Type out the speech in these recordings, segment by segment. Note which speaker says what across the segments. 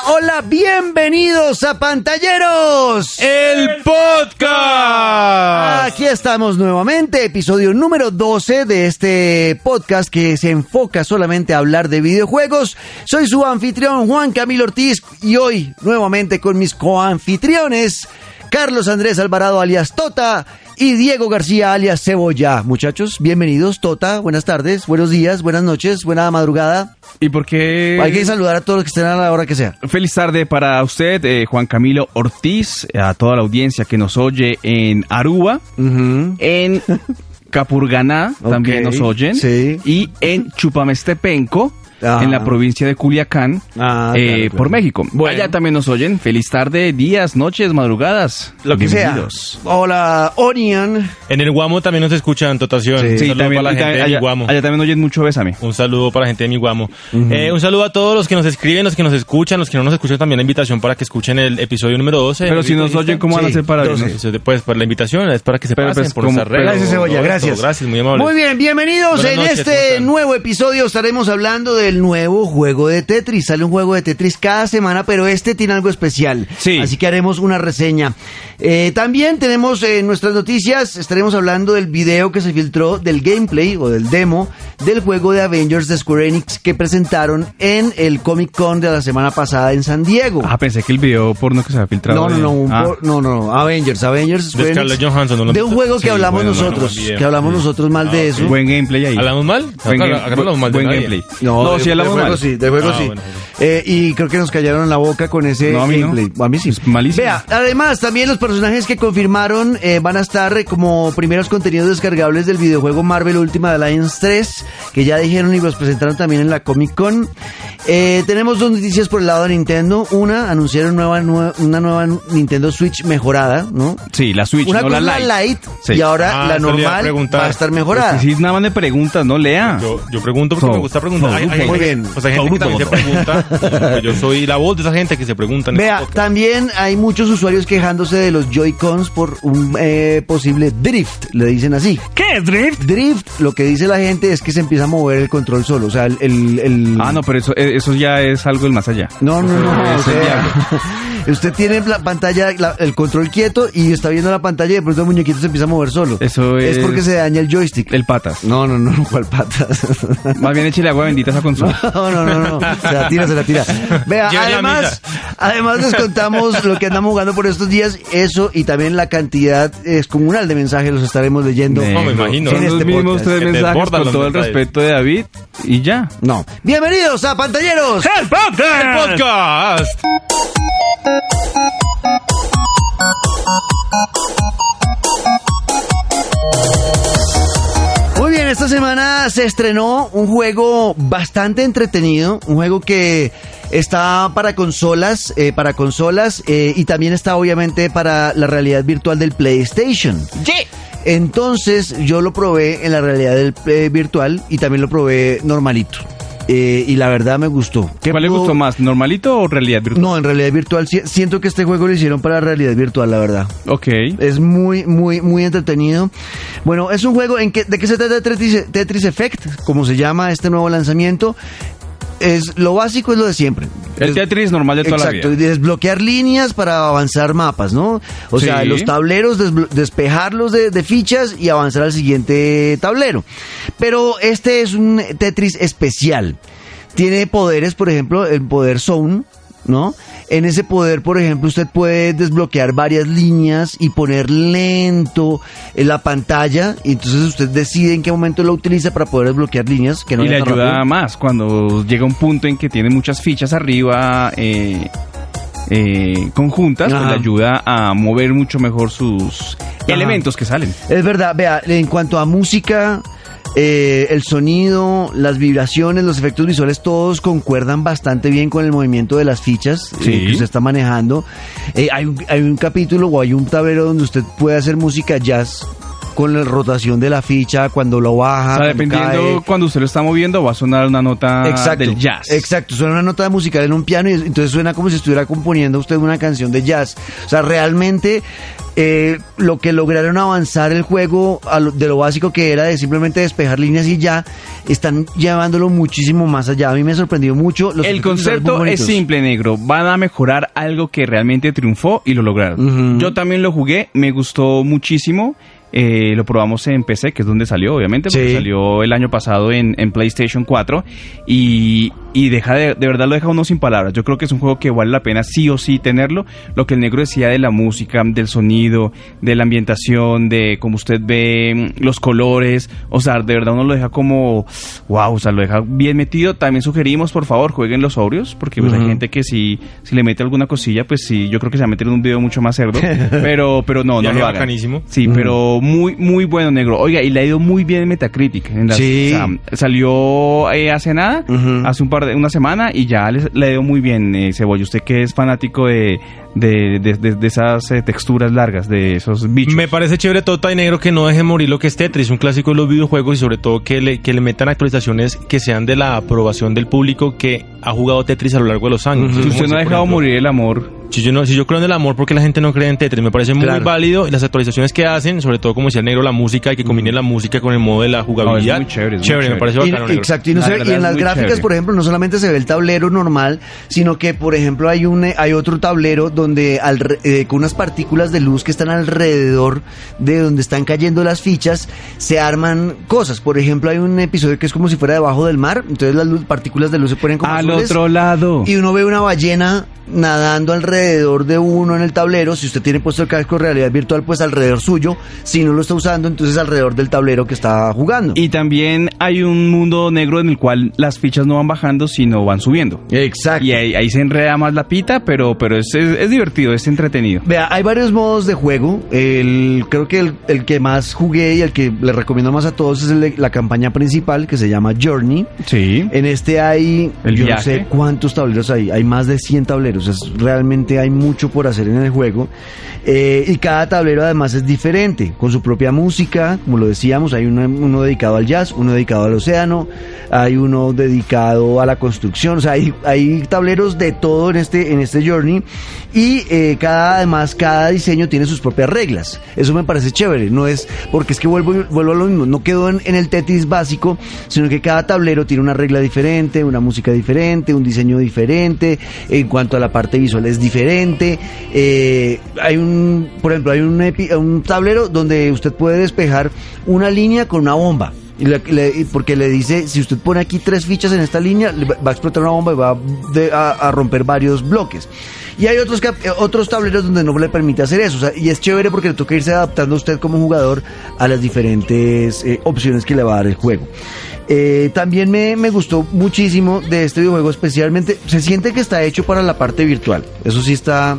Speaker 1: Hola, bienvenidos a Pantalleros.
Speaker 2: El podcast.
Speaker 1: Aquí estamos nuevamente, episodio número 12 de este podcast que se enfoca solamente a hablar de videojuegos. Soy su anfitrión Juan Camilo Ortiz y hoy nuevamente con mis coanfitriones Carlos Andrés Alvarado alias Tota y Diego García alias Cebolla. Muchachos, bienvenidos Tota, buenas tardes, buenos días, buenas noches, buena madrugada.
Speaker 2: ¿Y por qué?
Speaker 1: Hay que saludar a todos los que estén a la hora que sea.
Speaker 2: Feliz tarde para usted, eh, Juan Camilo Ortiz, eh, a toda la audiencia que nos oye en Aruba, en Capurganá,
Speaker 1: Ok,
Speaker 2: también nos oyen,
Speaker 1: sí.
Speaker 2: y en Chupamestepenco.
Speaker 1: Ah.
Speaker 2: En la provincia de Culiacán,
Speaker 1: Ah,
Speaker 2: eh,
Speaker 1: claro, claro.
Speaker 2: por México.
Speaker 1: Bueno.
Speaker 2: Allá también nos oyen. Feliz tarde, días, noches, madrugadas.
Speaker 1: Lo que
Speaker 2: Bienvenidos.
Speaker 1: sea. Hola, Onion.
Speaker 3: En el Guamo también nos escuchan, Totación.
Speaker 1: Sí.
Speaker 3: un
Speaker 2: Sí,
Speaker 3: saludo
Speaker 2: también,
Speaker 3: para la
Speaker 2: y
Speaker 3: gente
Speaker 2: también-
Speaker 3: de mi
Speaker 2: allá,
Speaker 3: Guamo.
Speaker 2: allá también oyen mucho Bésame.
Speaker 3: Un saludo para la gente de mi Guamo. Eh, un saludo a todos los que nos escriben, los que nos escuchan, los que no nos escuchan también la invitación para que escuchen el episodio número 12.
Speaker 2: Pero si nos oyen, ¿cómo van a
Speaker 1: Sí,
Speaker 2: hacer para
Speaker 1: doce.
Speaker 2: vernos?
Speaker 3: Entonces, Pues por la invitación, es para que se
Speaker 2: Pero,
Speaker 3: pasen
Speaker 2: pues,
Speaker 3: por
Speaker 2: como-
Speaker 3: nuestras redes.
Speaker 1: Gracias,
Speaker 3: todo
Speaker 1: Cebolla,
Speaker 3: esto.
Speaker 1: gracias.
Speaker 3: Gracias, muy amables.
Speaker 1: Muy bien, bienvenidos.
Speaker 3: Buenas
Speaker 1: en
Speaker 3: noches, ¿cómo
Speaker 1: este
Speaker 3: están?
Speaker 1: nuevo episodio estaremos hablando del nuevo juego de Tetris. Sale un juego de Tetris cada semana, pero este tiene algo especial.
Speaker 2: Sí.
Speaker 1: Así que haremos una reseña. Eh, también tenemos en nuestras noticias, estaremos hablando del video que se filtró del gameplay o del demo del juego de Avengers de Square Enix que presentaron en el Comic Con de la semana pasada en San Diego.
Speaker 2: Ah, pensé que el video porno que se había filtrado.
Speaker 1: No, no,
Speaker 2: de-
Speaker 1: no, un
Speaker 2: Ah.
Speaker 1: por- no, no, no, Avengers, Avengers. Square Enix.
Speaker 3: Scarlett Johansson, ¿no lo
Speaker 1: de un
Speaker 3: viste?
Speaker 1: juego que
Speaker 3: Sí,
Speaker 1: hablamos
Speaker 3: bueno, bueno,
Speaker 1: nosotros,
Speaker 3: buen video.
Speaker 1: que hablamos nosotros mal de eso.
Speaker 2: Buen gameplay ahí.
Speaker 3: ¿Hablamos mal?
Speaker 2: Buen,
Speaker 3: Acá-
Speaker 2: game-
Speaker 3: acá no hablamos mal de
Speaker 2: buen
Speaker 3: nadie.
Speaker 2: gameplay.
Speaker 1: No,
Speaker 2: No,
Speaker 1: de,
Speaker 2: sí hablamos
Speaker 1: de juego
Speaker 2: mal.
Speaker 1: sí, de juego
Speaker 3: Ah,
Speaker 1: sí.
Speaker 3: bueno, bueno.
Speaker 1: Eh, y creo que nos callaron la boca con ese
Speaker 2: No, a mí no.
Speaker 1: gameplay. A mí sí.
Speaker 2: Es malísimo.
Speaker 1: Vea, además también los personajes que confirmaron eh, van a estar eh, como primeros contenidos descargables del videojuego Marvel Ultimate Alliance 3, que ya dijeron y los presentaron también en la Comic Con. Eh, tenemos dos noticias por el lado de Nintendo. Una, anunciaron nueva, nue- una nueva Nintendo Switch mejorada, ¿no?
Speaker 2: Sí, la Switch,
Speaker 1: Una
Speaker 2: no
Speaker 1: cosa
Speaker 2: la
Speaker 1: es
Speaker 2: Lite.
Speaker 1: la Lite
Speaker 2: Sí.
Speaker 1: y ahora
Speaker 3: Ah,
Speaker 1: la
Speaker 3: eso le iba a
Speaker 1: normal
Speaker 3: preguntar.
Speaker 1: va a estar
Speaker 2: Pues
Speaker 1: mejorada.
Speaker 2: que sí, nada más de preguntas, no lea.
Speaker 3: Yo, yo pregunto porque
Speaker 2: No.
Speaker 3: me gusta preguntar.
Speaker 2: No,
Speaker 3: Hay- hay
Speaker 2: muy
Speaker 3: gente-
Speaker 1: bien.
Speaker 3: Pues hay gente que también se pregunta. Yo soy la voz de esa gente que se pregunta. en
Speaker 1: Vea,
Speaker 3: este podcast.
Speaker 1: también hay muchos usuarios quejándose de los Joy-Cons por un eh, posible drift, le dicen así.
Speaker 2: ¿Qué es Drift?
Speaker 1: Drift, lo que dice la gente es que se empieza a mover el control solo, o sea, el... el- el-
Speaker 2: Ah, no, pero eso, eh, eso ya es algo del más allá.
Speaker 1: No, no, no, no, o
Speaker 2: Es el
Speaker 1: sea,
Speaker 2: diablo.
Speaker 1: usted tiene la pantalla, la- el control quieto y está viendo la pantalla y de pronto el muñequito se empieza a mover solo.
Speaker 2: Eso
Speaker 1: Es
Speaker 2: es-
Speaker 1: porque se daña el joystick.
Speaker 2: El patas.
Speaker 1: No, no, no, cual patas.
Speaker 2: Más bien échale agua bendita a esa consola.
Speaker 1: No, no, no, no. Se la tira, se la tira. Vea,
Speaker 3: Lleve la
Speaker 1: además, además les contamos lo que andamos jugando por estos días, eso y también la cantidad descomunal de mensajes los estaremos leyendo.
Speaker 2: Negro.
Speaker 3: me imagino.
Speaker 2: Son
Speaker 1: En
Speaker 2: los
Speaker 1: este
Speaker 2: mismos
Speaker 1: podcast.
Speaker 2: tres
Speaker 3: Que te
Speaker 2: mensajes
Speaker 3: desbordan
Speaker 2: con
Speaker 3: los
Speaker 2: todo el
Speaker 3: mensajes.
Speaker 2: respeto de David y ya.
Speaker 1: No. Bienvenidos a Pantalleros.
Speaker 2: ¡El podcast!
Speaker 3: ¡El podcast!
Speaker 1: Muy bien, esta semana se estrenó un juego bastante entretenido, un juego que está para consolas, eh, para consolas eh, y también está obviamente para la realidad virtual del PlayStation. Entonces yo lo probé en la realidad del, eh, virtual y también lo probé normalito. Eh, y la verdad me gustó. ¿Qué
Speaker 2: ¿Cuál le
Speaker 1: puedo-
Speaker 2: gustó más, normalito o realidad virtual?
Speaker 1: No, en realidad virtual si- siento que este juego lo hicieron para realidad virtual, la verdad.
Speaker 2: Ok.
Speaker 1: Es muy, muy, muy entretenido. Bueno, es un juego en que, ¿de qué se trata Tetris, Tetris Effect? Como se llama este nuevo lanzamiento. Es, lo básico es lo de siempre.
Speaker 2: El
Speaker 1: Es-
Speaker 2: Tetris normal de toda
Speaker 1: Exacto,
Speaker 2: la
Speaker 1: y
Speaker 2: vida.
Speaker 1: desbloquear líneas para avanzar mapas, ¿no? O
Speaker 2: Sí.
Speaker 1: sea, los tableros, desblo- despejarlos de, de fichas y avanzar al siguiente tablero. Pero este es un Tetris especial. Tiene poderes, por ejemplo, el poder Zone, ¿no? En ese poder, por ejemplo, usted puede desbloquear varias líneas y poner lento en la pantalla. Y entonces usted decide en qué momento lo utiliza para poder desbloquear líneas. Que no
Speaker 2: y le
Speaker 1: vayan tan
Speaker 2: ayuda
Speaker 1: rápido.
Speaker 2: más cuando llega un punto en que tiene muchas fichas arriba eh, eh, conjuntas, pues
Speaker 1: Ajá.
Speaker 2: le ayuda a mover mucho mejor sus elementos que salen.
Speaker 1: Es verdad, vea, en cuanto a música, eh, el sonido, las vibraciones, los efectos visuales, todos concuerdan bastante bien con el movimiento de las fichas eh,
Speaker 2: Sí.
Speaker 1: que usted está manejando. Eh, hay, un, hay un capítulo o hay un tablero donde usted puede hacer música jazz con la rotación de la ficha, cuando lo baja.
Speaker 2: O sea,
Speaker 1: cuando
Speaker 2: dependiendo
Speaker 1: Ah, cae.
Speaker 2: cuando usted lo está moviendo, va a sonar una nota
Speaker 1: Exacto,
Speaker 2: del jazz.
Speaker 1: Exacto, suena una nota musical en un piano y es- entonces suena como si estuviera componiendo usted una canción de jazz. O sea, realmente eh, lo que lograron avanzar el juego a lo- de lo básico que era de simplemente despejar líneas y ya, están llevándolo muchísimo más allá. A mí me sorprendió mucho. Los
Speaker 2: El
Speaker 1: efectos visuales muy
Speaker 2: concepto es
Speaker 1: bonitos.
Speaker 2: simple, negro. Van a mejorar algo que realmente triunfó y lo lograron.
Speaker 1: Ujú.
Speaker 2: Yo también lo jugué, me gustó muchísimo. Eh, lo probamos en PC, que es donde salió, obviamente, porque
Speaker 1: Sí.
Speaker 2: salió el año pasado en, en PlayStation 4. Y, y deja de, de verdad lo deja uno sin palabras. Yo creo que es un juego que vale la pena sí o sí tenerlo. Lo que el negro decía de la música, del sonido, de la ambientación, de como usted ve mm, los colores. O sea, de verdad uno lo deja como wow, o sea, lo deja bien metido. También sugerimos, por favor, jueguen los sobrios, porque pues, hay
Speaker 1: Ujú.
Speaker 2: gente que si, si le mete alguna cosilla, pues sí, yo creo que se va a meter en un video mucho más cerdo. pero, pero no, no
Speaker 3: Viaje
Speaker 2: lo hagan.
Speaker 3: bacanísimo.
Speaker 2: Sí,
Speaker 1: Ujú.
Speaker 2: pero muy, muy bueno, negro. Oiga, y le ha ido muy bien en Metacritic. En las-
Speaker 1: Sí. Mm.
Speaker 2: o sea, salió eh, hace nada,
Speaker 1: Ujú.
Speaker 2: hace un par de, una semana, y ya les- le ha ido muy bien, eh, Cebolla. Usted que es fanático de, de, de- de- de esas eh, texturas largas, de esos bichos.
Speaker 3: Me parece chévere Tota y Negro que no deje morir lo que es Tetris, un clásico de los videojuegos y sobre todo que le, que le metan actualizaciones que sean de la aprobación del público que ha jugado Tetris a lo largo de los años.
Speaker 2: Si
Speaker 3: Entonces,
Speaker 2: usted
Speaker 3: como
Speaker 2: no ha
Speaker 3: si, por
Speaker 2: dejado
Speaker 3: ejemplo,
Speaker 2: morir el amor,
Speaker 3: Si yo, no, si yo creo en el amor, porque la gente no cree en Tetris? Me parece muy
Speaker 1: Claro.
Speaker 3: válido y las actualizaciones que hacen, sobre todo como decía el negro, la música y que combine la música con el modo de la jugabilidad.
Speaker 2: Ah, muy chévere, es muy
Speaker 3: chévere,
Speaker 2: chévere.
Speaker 3: me parece
Speaker 1: Y-
Speaker 3: bacano. negro.
Speaker 1: exacto, y, no
Speaker 2: La
Speaker 1: se-
Speaker 2: verdad
Speaker 1: y en
Speaker 2: es
Speaker 1: las
Speaker 2: muy
Speaker 1: gráficas,
Speaker 2: chévere.
Speaker 1: por ejemplo, no solamente se ve el tablero normal, sino que, por ejemplo, hay un eh, hay otro tablero donde alre- eh, con unas partículas de luz que están alrededor de donde están cayendo las fichas, se arman cosas. Por ejemplo, hay un episodio que es como si fuera debajo del mar, entonces las lu- partículas de luz se ponen como
Speaker 2: al
Speaker 1: azules,
Speaker 2: otro lado.
Speaker 1: y uno ve una ballena nadando alrededor de uno en el tablero. Si usted tiene puesto el casco de realidad virtual, pues alrededor suyo. Si no lo está usando, entonces alrededor del tablero que está jugando.
Speaker 2: Y también hay un mundo negro en el cual las fichas no van bajando, sino van subiendo.
Speaker 1: Exacto.
Speaker 2: Y ahí, ahí se enreda más la pita, pero, pero es, es- es divertido, es entretenido.
Speaker 1: Vea, hay varios modos de juego. El, creo que el, el que más jugué y el que le recomiendo más a todos es el de la campaña principal que se llama Journey.
Speaker 2: Sí.
Speaker 1: En este hay,
Speaker 2: El
Speaker 1: yo no
Speaker 2: viaje.
Speaker 1: sé cuántos tableros hay, hay más de 100 tableros, es, realmente hay mucho por hacer en el juego. Eh, y cada tablero además es diferente, con su propia música, como lo decíamos, hay uno, uno dedicado al jazz, uno dedicado al océano, hay uno dedicado a la construcción, o sea, hay, hay tableros de todo en este, en este Journey. Y eh, cada, además, cada diseño tiene sus propias reglas. Eso me parece chévere, no es porque es que vuelvo, vuelvo a lo mismo, no quedó en, en el Tetris básico, sino que cada tablero tiene una regla diferente, una música diferente, un diseño diferente, en cuanto a la parte visual es diferente. Eh, hay un, por ejemplo, hay un, epi- un tablero donde usted puede despejar una línea con una bomba. Y le- le- porque le dice, si usted pone aquí tres fichas en esta línea, le va va a explotar una bomba y va de- a, a romper varios bloques. Y hay otros, cap- eh, otros tableros donde no le permite hacer eso. o sea, y es chévere porque le toca irse adaptando a usted como jugador a las diferentes eh, opciones que le va a dar el juego. Eh, también me, me gustó muchísimo de este videojuego, especialmente se siente que está hecho para la parte virtual. Eso sí está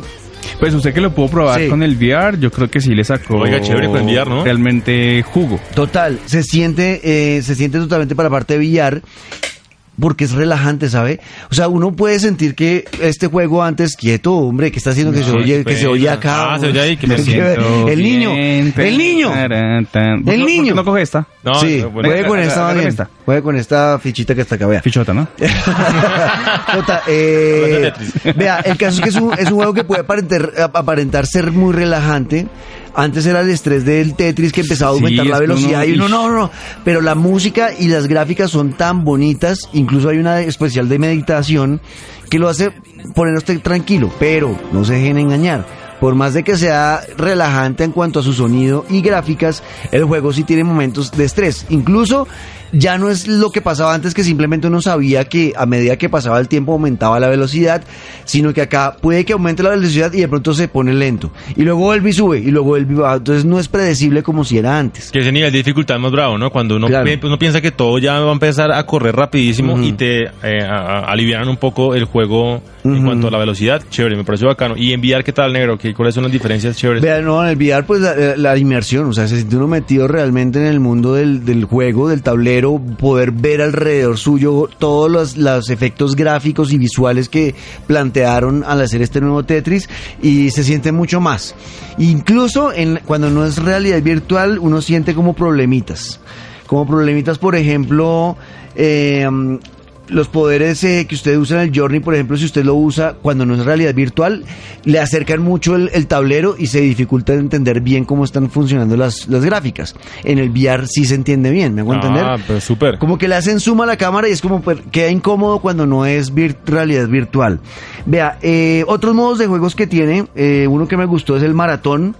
Speaker 2: Pues usted que lo pudo probar
Speaker 1: Sí.
Speaker 2: con el VR, yo creo que sí le sacó.
Speaker 3: Oiga, chévere con el VR, ¿no?
Speaker 2: Realmente jugo.
Speaker 1: Total, se siente, eh, se siente totalmente para la parte de billar. Porque es relajante, ¿sabe? O sea, uno puede sentir que este juego antes, quieto, hombre, que está haciendo que se oye, que se oye
Speaker 3: espera.
Speaker 1: acá.
Speaker 3: Ah, se oye ahí, que me
Speaker 1: El
Speaker 3: siento
Speaker 1: niño,
Speaker 2: Bien,
Speaker 1: el niño.
Speaker 2: tarán, tarán.
Speaker 1: El
Speaker 2: ¿Por qué
Speaker 1: niño.
Speaker 2: No coge esta.
Speaker 3: No,
Speaker 1: sí,
Speaker 3: bueno,
Speaker 1: juegue con
Speaker 2: haga-
Speaker 1: esta,
Speaker 2: haga-
Speaker 1: más bien.
Speaker 2: esta.
Speaker 1: Juegue con esta fichita que está acá, vea.
Speaker 2: Fichota, ¿no?
Speaker 1: Jota, eh, vea, el caso es que es un, es un juego que puede aparentar, ap- aparentar ser muy relajante. Antes era el estrés del Tetris que empezaba a
Speaker 2: Sí,
Speaker 1: aumentar la
Speaker 2: es que uno-
Speaker 1: velocidad y uno no, no, no. Pero la música y las gráficas son tan bonitas, incluso hay una especial de meditación que lo hace poner a usted tranquilo, pero no se dejen engañar. Por más de que sea relajante en cuanto a su sonido y gráficas, el juego sí tiene momentos de estrés. Incluso ya no es lo que pasaba antes que simplemente uno sabía que a medida que pasaba el tiempo aumentaba la velocidad, sino que acá puede que aumente la velocidad y de pronto se pone lento. Y luego vuelve y sube y luego vuelve y baja. Entonces no es predecible como si era antes.
Speaker 3: Que ese nivel de dificultad es más bravo, ¿no? Cuando uno,
Speaker 1: Claro.
Speaker 3: pi- uno piensa que todo ya va a empezar a correr rapidísimo y te eh, a- a- alivianan un poco el juego en cuanto a la velocidad. Chévere, me pareció bacano. Y enviar, ¿qué tal, negro? Que qué? ¿Cuáles son las diferencias chéveres?
Speaker 1: Vean, no van a olvidar pues la, la inmersión, o sea, se siente uno metido realmente en el mundo del, del juego, del tablero, poder ver alrededor suyo todos los, los efectos gráficos y visuales que plantearon al hacer este nuevo Tetris y se siente mucho más. Incluso en, cuando no es realidad virtual, uno siente como problemitas. Como problemitas, por ejemplo, eh, los poderes eh, que usted usa en el Journey, por ejemplo, si usted lo usa cuando no es realidad virtual, le acercan mucho el, el tablero y se dificulta entender bien cómo están funcionando las, las gráficas. En el VR sí se entiende bien, ¿me hago entender?
Speaker 3: Ah, pero súper.
Speaker 1: Como que le hacen suma a la cámara y es como pues, queda incómodo cuando no es vir- realidad virtual. Vea, eh, otros modos de juegos que tiene, eh, uno que me gustó es el maratón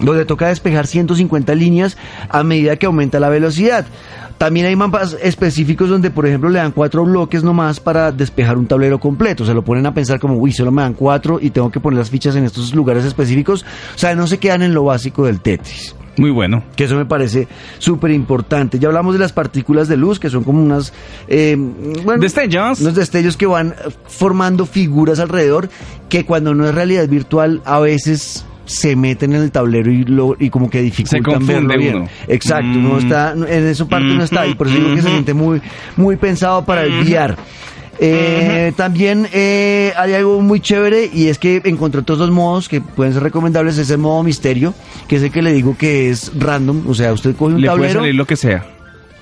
Speaker 1: donde toca despejar 150 líneas a medida que aumenta la velocidad. También hay mapas específicos donde, por ejemplo, le dan cuatro bloques nomás para despejar un tablero completo. Se lo ponen a pensar como, uy, solo me dan cuatro y tengo que poner las fichas en estos lugares específicos. O sea, no se quedan en lo básico del Tetris.
Speaker 2: Muy bueno.
Speaker 1: Que eso me parece súper importante. Ya hablamos de las partículas de luz, que son como unas... eh, bueno,
Speaker 2: Destellos.
Speaker 1: Unos destellos que van eh, formando figuras alrededor, que cuando no es realidad virtual, a veces se meten en el tablero y, lo, y como que dificultan
Speaker 2: confunde
Speaker 1: verlo bien.
Speaker 2: uno.
Speaker 1: Exacto, no
Speaker 2: Mm.
Speaker 1: está, en esa parte no está ahí, por eso digo que se siente muy, muy pensado para el VR. Eh, También eh, hay algo muy chévere y es que encontré todos los modos que pueden ser recomendables. Ese modo misterio, que es el que le digo que es random. O sea, usted coge un
Speaker 2: Le puede
Speaker 1: tablero
Speaker 2: salir lo que sea.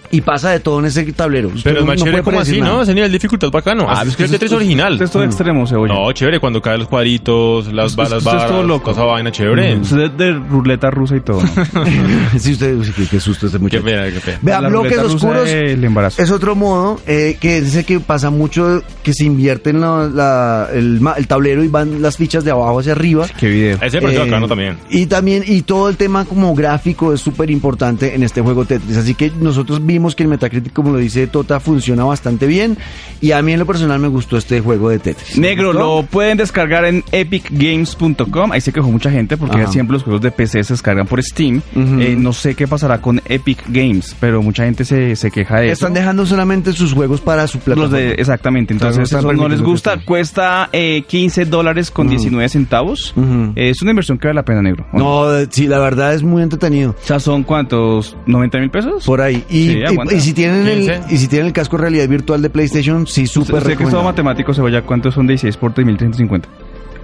Speaker 1: y pasa de todo en ese tablero. Usted
Speaker 3: Pero es
Speaker 1: no-
Speaker 3: más
Speaker 1: no
Speaker 3: chévere
Speaker 1: puede
Speaker 3: como así,
Speaker 1: predecir
Speaker 3: ¿no?
Speaker 1: nada.
Speaker 3: Ese nivel de dificultad bacano. Ah, es que el Tetris original.
Speaker 2: Esto es todo
Speaker 1: Mm.
Speaker 2: extremo, cebolla.
Speaker 3: No, chévere, cuando caen los cuadritos, las
Speaker 2: Esto-
Speaker 3: balas,
Speaker 2: esto es
Speaker 3: barras,
Speaker 2: todo loco.
Speaker 3: toda esa vaina chévere.
Speaker 2: Esto Mm. es de ruleta rusa y todo. ¿no?
Speaker 1: sí, usted, sí, qué, qué susto este
Speaker 3: Qué
Speaker 1: muchacho.
Speaker 3: pena, qué pena.
Speaker 1: Vea,
Speaker 2: La
Speaker 1: bloques
Speaker 2: ruleta rusa
Speaker 1: oscuros.
Speaker 2: del embarazo.
Speaker 1: Es otro modo eh, que dice que pasa mucho que se invierte en la- la- el, ma- el tablero y van las fichas de abajo hacia arriba.
Speaker 2: Qué video.
Speaker 3: Ese pareció
Speaker 1: Eh,
Speaker 3: bacano también.
Speaker 1: Y también, y todo el tema como gráfico es súper importante en este juego Tetris. Así que nosotros vimos que el Metacritic, como lo dice Tota, funciona bastante bien. Y a mí en lo personal me gustó este juego de Tetris.
Speaker 2: Negro,
Speaker 1: ¿Me gustó?
Speaker 2: lo pueden descargar en epicgames.com. Ahí se quejó mucha gente porque
Speaker 1: Ajá.
Speaker 2: siempre los juegos de PC se descargan por Steam.
Speaker 1: Ujú.
Speaker 2: Eh, no sé qué pasará con Epic Games, pero mucha gente se, se queja de eso.
Speaker 1: Están dejando solamente sus juegos para su
Speaker 2: Los
Speaker 1: plataforma.
Speaker 2: de- exactamente,
Speaker 1: Claro, no
Speaker 2: entonces
Speaker 1: están
Speaker 2: eso no les
Speaker 1: permitiendo
Speaker 2: gusta.
Speaker 1: que-
Speaker 2: Cuesta eh, 15 dólares con
Speaker 1: Ujú.
Speaker 2: 19 centavos.
Speaker 1: Ujú.
Speaker 2: Eh, es una inversión que vale la pena, negro. ¿o
Speaker 1: No, eh, sí, la verdad es muy entretenido.
Speaker 2: O sea, ¿son cuántos? ¿90 mil pesos?
Speaker 1: Por ahí. Y,
Speaker 2: Sí,
Speaker 1: y-
Speaker 2: aguanta.
Speaker 1: y si tienen el,
Speaker 3: 15.
Speaker 1: y si tienen el casco realidad virtual de PlayStation, sí, súper
Speaker 2: Usted que es todo
Speaker 1: recomendable.
Speaker 2: matemático, Cebolla, ¿cuántos son 16 por 3.350?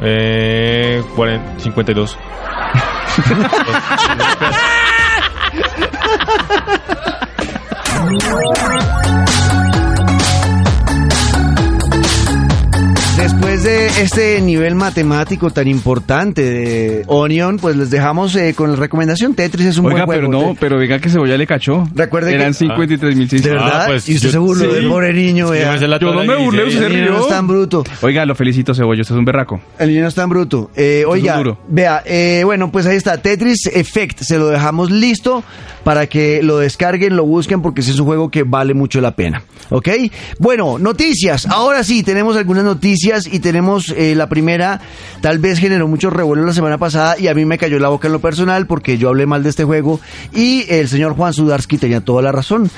Speaker 3: Eh, 40, 52.
Speaker 1: Después de este nivel matemático tan importante de Onion, pues les dejamos eh, con la recomendación. Tetris es un
Speaker 2: Oiga,
Speaker 1: buen
Speaker 2: pero
Speaker 1: juego.
Speaker 2: no, pero venga que Cebolla le cachó.
Speaker 1: Recuerde
Speaker 2: Eran
Speaker 1: que-
Speaker 2: 53.600.
Speaker 1: De
Speaker 3: Ah,
Speaker 1: verdad,
Speaker 3: pues,
Speaker 1: y usted
Speaker 3: yo-
Speaker 1: se burló
Speaker 3: sí.
Speaker 1: del pobre niño,
Speaker 3: Es que
Speaker 1: vea.
Speaker 3: me sé la
Speaker 2: Yo no
Speaker 3: tabla
Speaker 2: me
Speaker 3: de
Speaker 2: burlé,
Speaker 3: dieciséis.
Speaker 2: usted
Speaker 1: El
Speaker 2: se
Speaker 1: niño no
Speaker 2: rió.
Speaker 1: es tan bruto.
Speaker 2: Oiga, lo felicito, Cebolla, usted es un berraco.
Speaker 1: El niño es tan bruto. Eh,
Speaker 2: un
Speaker 1: oiga,
Speaker 2: duro.
Speaker 1: vea, eh, bueno, pues ahí está, Tetris Effect. Se lo dejamos listo para que lo descarguen, lo busquen, porque ese es un juego que vale mucho la pena. ¿Ok? Bueno, noticias. Ahora sí, tenemos algunas noticias y tenemos eh, la primera. Tal vez generó mucho revuelo la semana pasada y a mí me cayó la boca en lo personal porque yo hablé mal de este juego y el señor Juan Sudarsky tenía toda la razón.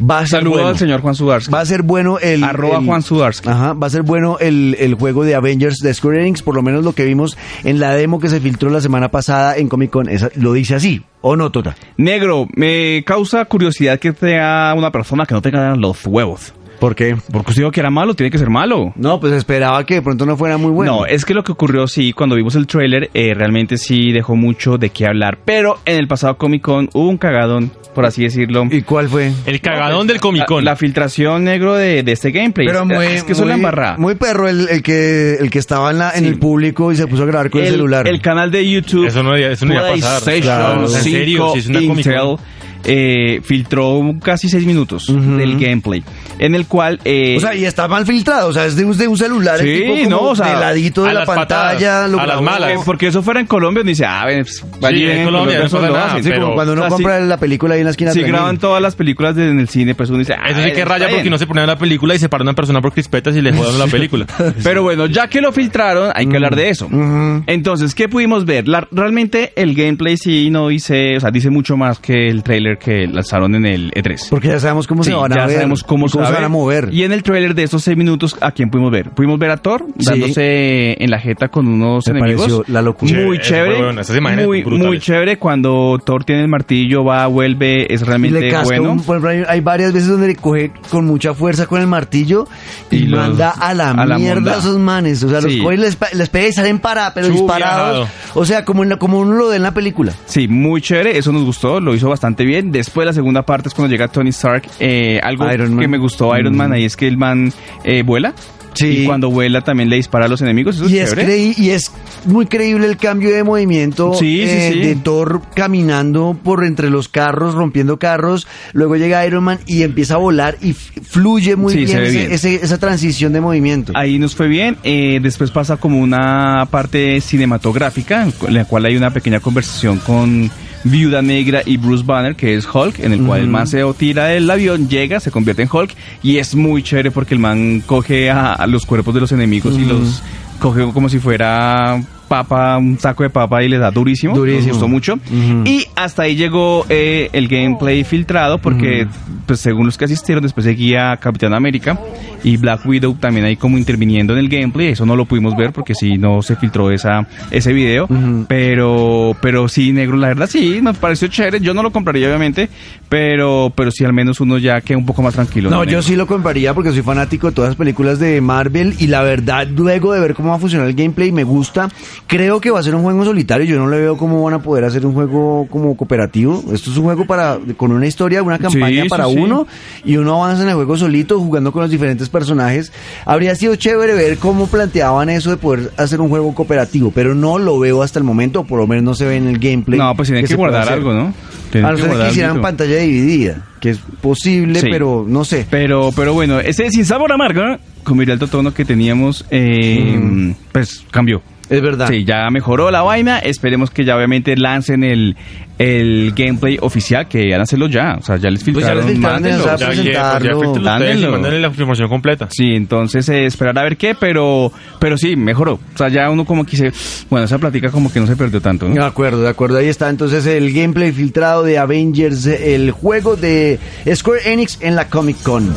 Speaker 1: Va a ser
Speaker 2: Saludo
Speaker 1: bueno.
Speaker 2: al señor Juan Sudarsky.
Speaker 1: Va a ser bueno el.
Speaker 2: Arroba
Speaker 1: el-
Speaker 2: Juan Sudarsky.
Speaker 1: Ajá, va a ser bueno el, el juego de Avengers de Square Enix, por lo menos lo que vimos en la demo que se filtró la semana pasada en Comic Con. esa- lo dice así, ¿o no, Tota?
Speaker 2: Negro, me causa curiosidad que sea una persona que no tenga los huevos.
Speaker 1: ¿Por qué?
Speaker 2: Porque usted dijo que era malo, tiene que ser malo.
Speaker 1: No, pues esperaba que de pronto no fuera muy bueno.
Speaker 2: No, eh, es que lo que ocurrió, sí, cuando vimos el tráiler, eh, realmente sí dejó mucho de qué hablar. Pero en el pasado Comic Con hubo un cagadón, por así decirlo.
Speaker 1: ¿Y cuál fue?
Speaker 3: El cagadón del Comic Con.
Speaker 2: La, la filtración negro de, de este gameplay. es, es que eso la
Speaker 1: muy-
Speaker 2: embarrada.
Speaker 1: Muy perro el, el que, el que estaba en, la- en
Speaker 2: Sí.
Speaker 1: el público y se puso a grabar con el, celular.
Speaker 2: el canal de YouTube.
Speaker 3: Eso no debería- eso no debería pasar.
Speaker 2: PlayStation
Speaker 1: Claro.
Speaker 2: 5
Speaker 1: En
Speaker 3: serio, si es una Comic Con.
Speaker 2: Intel, eh, filtró casi 6 minutos
Speaker 1: Ujú.
Speaker 2: del gameplay. En el cual. eh,
Speaker 1: o sea, y está mal filtrado, o sea, es de un, de un celular, el
Speaker 2: Sí,
Speaker 1: tipo como
Speaker 2: no, o sea,
Speaker 1: de ladito
Speaker 3: a
Speaker 1: de la
Speaker 3: las patadas,
Speaker 1: pantalla, lo
Speaker 3: a las
Speaker 1: grabó.
Speaker 3: malas.
Speaker 2: eh, porque eso fuera en Colombia, uno dice, ah, ven, pues, allí
Speaker 3: en
Speaker 2: en
Speaker 3: Colombia no
Speaker 2: eso
Speaker 3: pasa
Speaker 2: lo
Speaker 3: nada,
Speaker 2: hacen.
Speaker 1: Sí, como
Speaker 3: Pero,
Speaker 1: cuando uno
Speaker 2: o sea,
Speaker 1: compra
Speaker 2: sí.
Speaker 1: la película ahí en la esquina.
Speaker 2: Si
Speaker 1: también.
Speaker 2: graban todas las películas de- en el cine, pues uno dice, ah,
Speaker 3: Eso sí que
Speaker 2: está
Speaker 3: raya porque
Speaker 2: bien".
Speaker 3: no se ponían la película y se pararon a una persona por crispetas y le jodan la película.
Speaker 2: Pero bueno, ya que lo filtraron, hay que
Speaker 1: Mm.
Speaker 2: hablar de eso.
Speaker 1: Ujú.
Speaker 2: Entonces, ¿qué pudimos ver? La- realmente el gameplay sí no dice, o sea, dice mucho más que el trailer tráiler que lanzaron en el E E3.
Speaker 1: Porque ya sabemos cómo
Speaker 2: Sí,
Speaker 1: se van a
Speaker 2: ya
Speaker 1: ver,
Speaker 2: sabemos cómo,
Speaker 1: se van
Speaker 2: ver.
Speaker 1: a mover.
Speaker 2: Y en el tráiler de estos seis minutos, ¿a quién pudimos ver? Pudimos ver a Thor
Speaker 1: Sí.
Speaker 2: dándose en la jeta con unos
Speaker 1: Me
Speaker 2: enemigos.
Speaker 1: pareció la locura.
Speaker 2: Muy
Speaker 3: Che,
Speaker 2: chévere.
Speaker 3: es bueno, esas imágenes
Speaker 2: muy,
Speaker 3: brutales.
Speaker 2: muy chévere cuando Thor tiene el martillo, va, vuelve, es
Speaker 1: Y
Speaker 2: realmente
Speaker 1: le casca
Speaker 2: bueno.
Speaker 1: un- por ejemplo, hay- hay varias veces donde le coge con mucha fuerza con el martillo y,
Speaker 2: Y los-
Speaker 1: manda a la
Speaker 2: a la
Speaker 1: mierda
Speaker 2: monda.
Speaker 1: a esos manes. O sea,
Speaker 2: Sí.
Speaker 1: los coge y les, pa- les pega y salen para, pero
Speaker 3: Chu,
Speaker 1: disparados.
Speaker 3: viajado.
Speaker 1: O sea, como, en la- como uno lo ve en la película.
Speaker 2: Sí, muy chévere, eso nos gustó, lo hizo bastante bien. Después la segunda parte es cuando llega Tony Stark, eh, algo
Speaker 1: Iron Man.
Speaker 2: que me gustó Iron Man, ahí es que el man eh, vuela.
Speaker 1: Sí.
Speaker 2: Y cuando vuela también le dispara a los enemigos, eso
Speaker 1: Y es,
Speaker 2: es chévere.
Speaker 1: creí- y es muy creíble el cambio de movimiento eh,
Speaker 2: Sí, sí, sí.
Speaker 1: de Thor caminando por entre los carros, rompiendo carros. Luego llega Iron Man y empieza a volar y f- fluye muy
Speaker 2: Sí,
Speaker 1: bien,
Speaker 2: se ve
Speaker 1: ese-
Speaker 2: bien.
Speaker 1: ese- esa transición de movimiento.
Speaker 2: Ahí nos fue bien. eh, después pasa como una parte cinematográfica, en la cual hay una pequeña conversación con Viuda Negra y Bruce Banner, que es Hulk, en el cual el man se tira del avión, llega, se convierte en Hulk, y es muy chévere porque el man coge a, a los cuerpos de los enemigos y los coge como si fuera papa, un saco de papa y le da durísimo.
Speaker 1: Durísimo.
Speaker 2: Nos gustó mucho.
Speaker 1: Ujú.
Speaker 2: Y hasta ahí llegó eh, el gameplay filtrado porque, pues, según los que asistieron, después seguía Capitán América y Black Widow también ahí como interviniendo en el gameplay. Eso no lo pudimos ver porque sí no se filtró esa, ese video.
Speaker 1: Ujú.
Speaker 2: Pero pero sí, negro, la verdad sí, nos pareció chévere. Yo no lo compraría, obviamente, pero pero sí al menos uno ya queda un poco más tranquilo.
Speaker 1: No,
Speaker 2: Negro?
Speaker 1: yo sí lo compraría porque soy fanático de todas las películas de Marvel y la verdad, luego de ver cómo va a funcionar el gameplay, me gusta. Creo que va a ser un juego solitario. Yo no le veo cómo van a poder hacer un juego como cooperativo. Esto es un juego para con una historia, una campaña
Speaker 2: Sí,
Speaker 1: para
Speaker 2: sí, sí.
Speaker 1: uno y uno avanza en el juego solito jugando con los diferentes personajes. Habría sido chévere ver cómo planteaban eso de poder hacer un juego cooperativo, pero no lo veo hasta el momento, o por lo menos no se ve en el gameplay.
Speaker 2: No, pues tienen que,
Speaker 1: se pueda
Speaker 2: guardar
Speaker 1: hacer.
Speaker 2: algo, ¿no? Tienen
Speaker 1: A no ser que
Speaker 2: guardar
Speaker 1: hicieran
Speaker 2: algo.
Speaker 1: pantalla dividida, que es posible,
Speaker 2: Sí.
Speaker 1: pero no sé.
Speaker 2: Pero, pero bueno, ese sin sabor amargo, ¿no? con el alto tono que teníamos, eh,
Speaker 1: Mm.
Speaker 2: pues cambió.
Speaker 1: Es verdad.
Speaker 2: Sí, ya mejoró la vaina. Esperemos que ya obviamente lancen el, el gameplay oficial, que van a hacerlo ya. O sea, ya les
Speaker 1: Pues ya les
Speaker 2: filtraron.
Speaker 1: filtraron,
Speaker 2: mándenlo.
Speaker 1: o sea,
Speaker 3: Ya,
Speaker 1: pues,
Speaker 3: ya,
Speaker 1: presentarlo.
Speaker 3: ya, ustedes y
Speaker 2: Dándenlo.
Speaker 3: mándenle la confirmación completa.
Speaker 2: Sí, entonces eh, esperar a ver qué, pero pero sí, mejoró. O sea, ya uno como quise, bueno, esa plática como que no se perdió tanto. ¿no?
Speaker 1: De acuerdo, de acuerdo. Ahí está entonces el gameplay filtrado de Avengers, el juego de Square Enix en la Comic Con.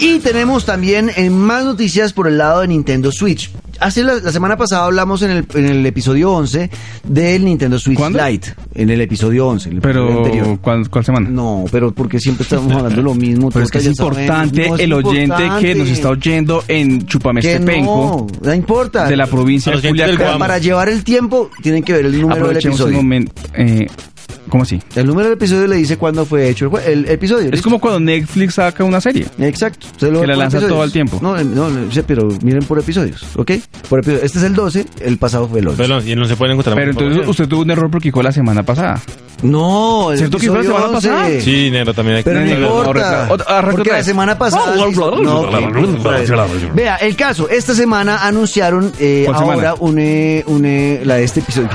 Speaker 1: Y tenemos también eh, más noticias por el lado de Nintendo Switch. Hace la, la semana pasada hablamos en el, en el episodio 11 del Nintendo Switch
Speaker 2: ¿Cuándo?
Speaker 1: Lite. En el episodio 11. el episodio anterior.
Speaker 2: Pero, ¿cuál, cuál semana?
Speaker 1: No, pero porque siempre estamos hablando lo mismo.
Speaker 2: Pero es que es
Speaker 1: todos ya saben.
Speaker 2: importante
Speaker 1: No, es
Speaker 2: el oyente que
Speaker 1: importante.
Speaker 2: nos está oyendo en Chupame
Speaker 1: Que
Speaker 2: este penco
Speaker 1: No, no importa.
Speaker 2: de la provincia
Speaker 3: A los
Speaker 2: de
Speaker 3: oyentes del
Speaker 1: Pero
Speaker 2: Culiacán.
Speaker 3: Vamos.
Speaker 1: para llevar el tiempo, tienen que ver el número del
Speaker 2: Aprovechemos
Speaker 1: episodio.
Speaker 2: un momento. eh, ¿Cómo así?
Speaker 1: El número del episodio le dice cuándo fue hecho el, jue- el episodio.
Speaker 2: Es como cuando Netflix saca una serie.
Speaker 1: Exacto. Usted lo ve
Speaker 2: Que la
Speaker 1: por
Speaker 2: lanza todo el tiempo.
Speaker 1: No, eh, no, no, sí, pero miren por episodios, ¿ok? Por episodio. Este es el 12, el pasado fue el 11.
Speaker 3: Pero no, y no se pueden encontrar.
Speaker 2: Pero
Speaker 3: más
Speaker 2: entonces
Speaker 3: información.
Speaker 2: usted tuvo un error porque quedó la semana pasada.
Speaker 1: no, el
Speaker 2: ¿Cierto que fue la
Speaker 1: episodio
Speaker 2: semana pasada?
Speaker 1: 11.
Speaker 3: Sí, negro, también hay
Speaker 1: Pero no
Speaker 2: No, no,
Speaker 1: importa.
Speaker 2: arregla- otra- arregla
Speaker 1: Porque
Speaker 2: otra
Speaker 1: la
Speaker 2: vez.
Speaker 1: semana pasada.
Speaker 2: No, no, no,
Speaker 1: ok, otra vez. Vea, el caso. Esta semana anunciaron eh,
Speaker 2: ¿Cuál semana?
Speaker 1: ahora un, eh, un, eh, la de este episodio.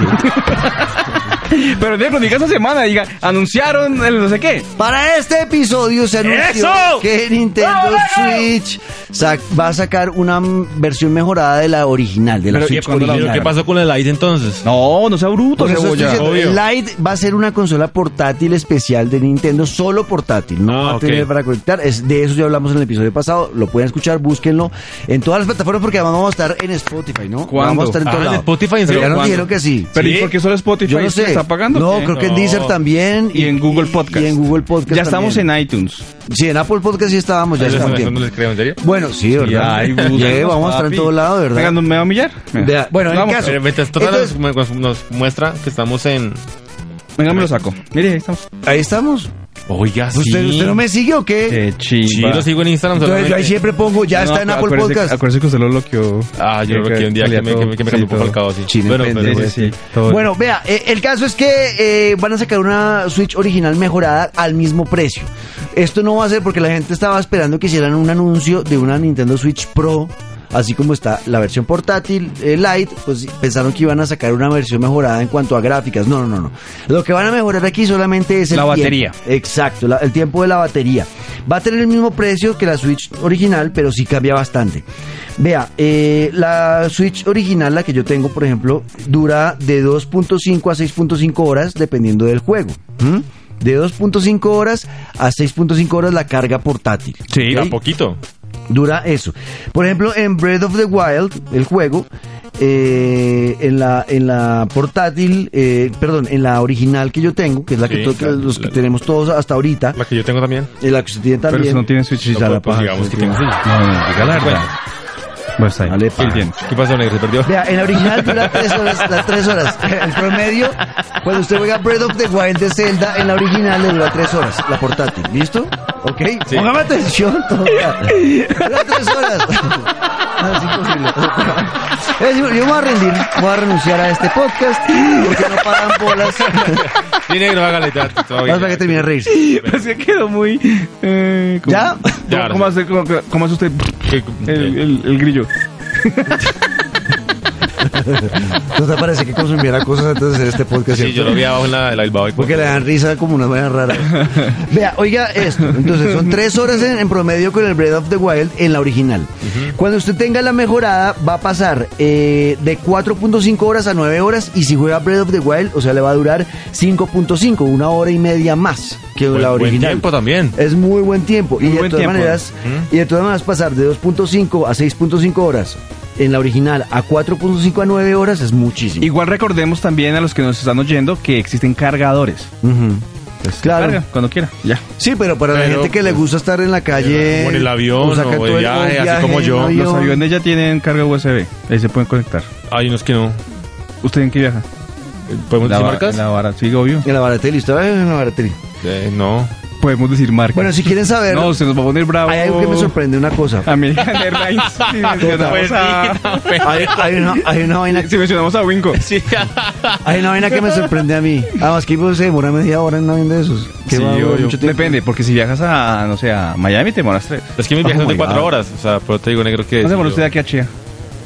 Speaker 2: Pero negro, diga esa semana, diga, anunciaron el no sé qué.
Speaker 1: Para este episodio se anunció
Speaker 2: ¡Eso!
Speaker 1: que Nintendo
Speaker 2: ¡Bravo, Lego!
Speaker 1: Switch sac- va a sacar una mm, versión mejorada de la original, de la
Speaker 2: Pero, ¿y
Speaker 1: Switch
Speaker 2: cuándo la-
Speaker 1: original.
Speaker 3: ¿Pero ¿Qué pasó con el Light entonces?
Speaker 2: No, no sea bruto,
Speaker 1: Por Pues eso estoy
Speaker 2: cebolla.
Speaker 1: diciendo,
Speaker 3: obvio.
Speaker 1: Lite va a ser una consola portátil especial de Nintendo, solo portátil, no
Speaker 3: Ah,
Speaker 1: va a
Speaker 3: ok.
Speaker 1: tener para conectar. Es, de eso ya hablamos en el episodio pasado, lo pueden escuchar, búsquenlo en todas las plataformas porque además vamos a estar en Spotify, ¿no?
Speaker 2: ¿Cuándo?
Speaker 1: Vamos a estar en
Speaker 3: Ah,
Speaker 1: todos
Speaker 3: ¿en
Speaker 1: lados.
Speaker 3: Spotify? ¿En serio?
Speaker 1: Ya nos
Speaker 3: ¿Cuándo?
Speaker 1: dijeron que sí.
Speaker 2: Pero ¿y
Speaker 3: Sí.
Speaker 2: por qué solo Spotify
Speaker 1: Yo no
Speaker 2: se
Speaker 1: sé.
Speaker 2: está pagando?
Speaker 1: No,
Speaker 2: ¿Qué?
Speaker 1: creo que en
Speaker 3: No.
Speaker 1: Deezer también.
Speaker 2: Y en Google Podcast.
Speaker 1: Y en Google Podcast.
Speaker 2: Ya estamos
Speaker 1: también.
Speaker 2: en iTunes.
Speaker 1: Sí, en Apple Podcast sí estábamos ya
Speaker 3: Eso
Speaker 1: hace un
Speaker 3: no- eso no
Speaker 1: tiempo.
Speaker 3: les creo, ¿en serio?
Speaker 1: Bueno, sí, ¿verdad?
Speaker 2: Ay,
Speaker 1: Ya,
Speaker 2: búsquenos,
Speaker 1: vamos a estar en
Speaker 2: papi.
Speaker 1: todo lado,
Speaker 2: Venga,
Speaker 1: ¿verdad?
Speaker 2: ¿no me va a humillar. Mira.
Speaker 1: Vea, bueno, en
Speaker 2: Vamos.
Speaker 1: caso-
Speaker 3: Pero mientras Total
Speaker 1: Entonces-
Speaker 3: nos, nos- nos muestra que estamos en...
Speaker 2: Venga, me lo saco. Mire, ahí estamos.
Speaker 1: Ahí estamos.
Speaker 3: Oiga,
Speaker 1: ¿Usted, ¿Usted no me sigue o qué?
Speaker 2: Qué
Speaker 3: Sí,
Speaker 2: chido.
Speaker 3: lo sigo en Instagram
Speaker 1: Entonces yo ahí
Speaker 3: solamente.
Speaker 1: siempre pongo, ya está en Apple Podcast.
Speaker 2: Acuérdese que usted lo bloqueó.
Speaker 3: Ah, yo creo que un día que me, que me, que me cambió por Falcao, sí.
Speaker 1: Chino
Speaker 3: Bueno,
Speaker 1: pendejo.
Speaker 3: pero
Speaker 2: Sí,
Speaker 3: bueno.
Speaker 2: sí, sí. todo.
Speaker 1: Bueno, vea, eh, el caso es que eh, van a sacar una Switch original mejorada al mismo precio. Esto no va a ser porque la gente estaba esperando que hicieran un anuncio de una Nintendo Switch Pro así como está la versión portátil eh, Lite, pues pensaron que iban a sacar una versión mejorada en cuanto a gráficas. No, no, no, no. Lo que van a mejorar aquí solamente es el
Speaker 2: La
Speaker 1: tiempo.
Speaker 2: batería.
Speaker 1: Exacto, la- el tiempo de la batería. Va a tener el mismo precio que la Switch original, pero sí cambia bastante. Vea, eh, la Switch original, la que yo tengo, por ejemplo, dura de 2.5 a 6.5 horas dependiendo del juego. ¿m? De 2.5 horas a 6.5 horas la carga portátil.
Speaker 2: Sí,
Speaker 1: ¿ok?
Speaker 3: A poquito.
Speaker 1: dura eso. Por ejemplo, en Breath of the Wild, el juego, eh, en, la, en la portátil, eh, perdón, en la original que yo tengo, que es la que,
Speaker 3: Sí,
Speaker 1: to- que
Speaker 3: la-
Speaker 1: los que
Speaker 3: la-
Speaker 1: tenemos todos hasta ahorita,
Speaker 3: La que yo tengo también.
Speaker 1: en la que usted tiene
Speaker 2: Pero
Speaker 1: también.
Speaker 2: si no tiene Switch, sí,
Speaker 3: No,
Speaker 2: ya la
Speaker 3: pues, pues,
Speaker 2: paja.
Speaker 3: digamos
Speaker 2: Sí,
Speaker 3: que
Speaker 2: tiene.
Speaker 3: tiene Switch.
Speaker 2: No, no, diga la verdad. Bueno, está bien.
Speaker 1: Dale,
Speaker 2: Sí,
Speaker 1: paja.
Speaker 2: tiene.
Speaker 3: ¿Qué pasa, negro? ¿Se perdió?
Speaker 1: Vea, en la original dura tres horas, las tres horas. El promedio, cuando usted juega Breath of the Wild de Zelda, en la original le dura tres horas, la portátil. ¿Listo? ¿Ok?
Speaker 3: Sí.
Speaker 1: Póngame atención, toca. Dura tres horas. No, es imposible. Eh, Yo yo me voy a rendir, voy a renunciar a este podcast porque no pagan bolas.
Speaker 3: Sí, negro, hágale. ya, todo bien.
Speaker 1: Vamos para que termine de reírse.
Speaker 2: Pues que quedó muy. eh, como-
Speaker 1: ¿Ya?
Speaker 2: ¿Cómo-
Speaker 3: Ya, ahora
Speaker 2: ¿Cómo,
Speaker 3: sí.
Speaker 2: hace, cómo, cómo hace usted
Speaker 3: Que-
Speaker 2: el,
Speaker 3: eh,
Speaker 2: el- el grillo?
Speaker 1: ¿No te parece que consumiera cosas antes de hacer este podcast?
Speaker 3: Sí,
Speaker 1: cierto?
Speaker 3: yo lo vi abajo en la, en la Bilbao.
Speaker 1: Porque le dan risa como una manera rara. Vea, oiga esto. Entonces, son tres horas en, en promedio con el Breath of the Wild en la original. Cuando usted tenga la mejorada, va a pasar eh, de 4.5 horas a 9 horas. Y si juega Breath of the Wild, o sea, le va a durar 5.5, una hora y media más que
Speaker 3: Buen-
Speaker 1: la
Speaker 3: buen
Speaker 1: original.
Speaker 3: tiempo también.
Speaker 1: Es muy buen tiempo. y,
Speaker 2: Muy
Speaker 1: de
Speaker 2: buen
Speaker 1: todas
Speaker 2: tiempo.
Speaker 1: Maneras, y de todas maneras, pasar de 2.5 a 6.5 horas en la original a 4.5 a 9 horas es muchísimo.
Speaker 2: Igual recordemos también a los que nos están oyendo que existen cargadores.
Speaker 1: Ujú.
Speaker 2: Pues,
Speaker 1: Claro.
Speaker 2: carga cuando quiera. Ya.
Speaker 1: Sí, pero para la
Speaker 3: Pero,
Speaker 1: gente que le
Speaker 3: pues,
Speaker 1: gusta estar en la calle.
Speaker 3: o en el avión,
Speaker 1: sacar
Speaker 3: o de
Speaker 1: todo el-
Speaker 3: viaje, así como
Speaker 1: en
Speaker 3: yo.
Speaker 1: avión.
Speaker 2: Los aviones ya tienen carga USB. Ahí se pueden conectar.
Speaker 3: Hay unos que no.
Speaker 2: ¿Usted en qué viaja?
Speaker 3: ¿Podemos
Speaker 2: La
Speaker 3: decir
Speaker 2: va-
Speaker 3: marcas?
Speaker 2: La vara, sí, obvio.
Speaker 1: En la barateli, ¿está bien? en la barateli.
Speaker 3: Eh, no.
Speaker 2: Podemos decir marcas.
Speaker 1: Bueno, si quieren saber,
Speaker 2: no, se nos va a poner bravo.
Speaker 1: hay algo que me sorprende, una cosa.
Speaker 2: American Airlines. Si mencionamos a,
Speaker 1: Hay, hay una, hay una
Speaker 3: Pues
Speaker 1: vaina,
Speaker 2: si mencionamos a Winco.
Speaker 3: Sí,
Speaker 1: hay una vaina que me sorprende a mí. Además que pues, se demora media hora en un avión de esos. Que
Speaker 3: Sí,
Speaker 1: va a durar
Speaker 3: obvio.
Speaker 1: mucho tiempo.
Speaker 2: Depende, porque si viajas a, no sé, a Miami te moras tres.
Speaker 3: Es que mis viajes
Speaker 1: Oh
Speaker 3: son
Speaker 1: my
Speaker 3: de cuatro
Speaker 1: God.
Speaker 3: horas. O sea, pero te digo, negro, que.
Speaker 2: No se mola
Speaker 3: yo-
Speaker 2: usted de aquí a Chía.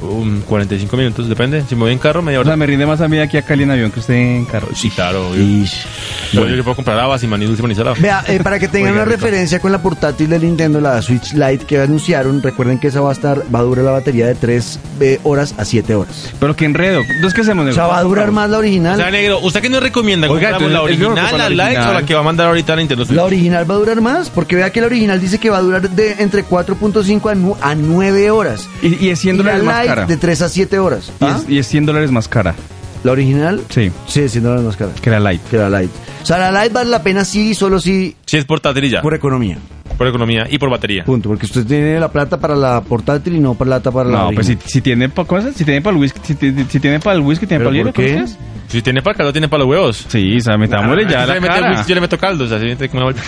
Speaker 3: Um, 45 minutos, depende. Si me voy en carro, media
Speaker 2: O
Speaker 3: hora.
Speaker 2: sea, me rinde más a mí de aquí a Cali en avión que usted en carro.
Speaker 3: Sí, claro, obvio.
Speaker 1: Ish.
Speaker 3: Pero yo, yo puedo comprar habas y maní dulce maní salado.
Speaker 1: Vea, eh, para que tengan
Speaker 3: Oiga,
Speaker 1: una
Speaker 3: rico.
Speaker 1: referencia con la portátil de Nintendo, la Switch Lite que anunciaron, recuerden que esa va a estar, va a durar la batería de 3 horas a 7 horas.
Speaker 2: Pero que enredo. Entonces, ¿qué hacemos?
Speaker 1: O sea, va a durar más la
Speaker 3: O sea,
Speaker 1: original.
Speaker 3: negro, ¿usted qué nos recomienda?
Speaker 2: Oiga, entonces,
Speaker 3: ¿Compramos la
Speaker 2: es mejor
Speaker 3: original,
Speaker 2: comprar la
Speaker 3: la Lite o
Speaker 2: original.
Speaker 3: la que va a mandar ahorita a Nintendo Switch?
Speaker 1: La original va a durar más, porque vea que la original dice que va a durar de entre 4.5 a, nu- a 9 horas.
Speaker 2: Y, y es 100
Speaker 1: Y la
Speaker 2: dólares más
Speaker 1: Lite
Speaker 2: cara.
Speaker 1: de 3 a 7 horas.
Speaker 2: Y
Speaker 1: ¿Ah?
Speaker 2: es, y es 100 dólares más cara
Speaker 1: ¿La original?
Speaker 2: Sí.
Speaker 1: Sí, 100 dólares más cara
Speaker 2: que la Lite.
Speaker 1: que la Lite. O sea, la Lite vale la pena sí y solo sí
Speaker 3: Sí, es portátil y ya.
Speaker 1: por economía.
Speaker 3: Por economía y por batería.
Speaker 1: Punto, porque usted tiene la plata para la portátil y no plata para la
Speaker 2: No, pues si,
Speaker 1: original.
Speaker 2: si tiene para si tiene para el whisky, si, tiene- si tiene para el whisky, tiene
Speaker 1: ¿Pero
Speaker 2: para el hielo,
Speaker 1: por qué?
Speaker 2: entonces?
Speaker 3: Si tiene para caldo, tiene para los huevos.
Speaker 2: Sí, o sea, metámosle ya
Speaker 3: Ah,
Speaker 2: a
Speaker 3: yo
Speaker 2: la
Speaker 3: le meto
Speaker 2: cara.
Speaker 3: whisky, Yo le meto caldo. O sea, si me tengo una vuelta.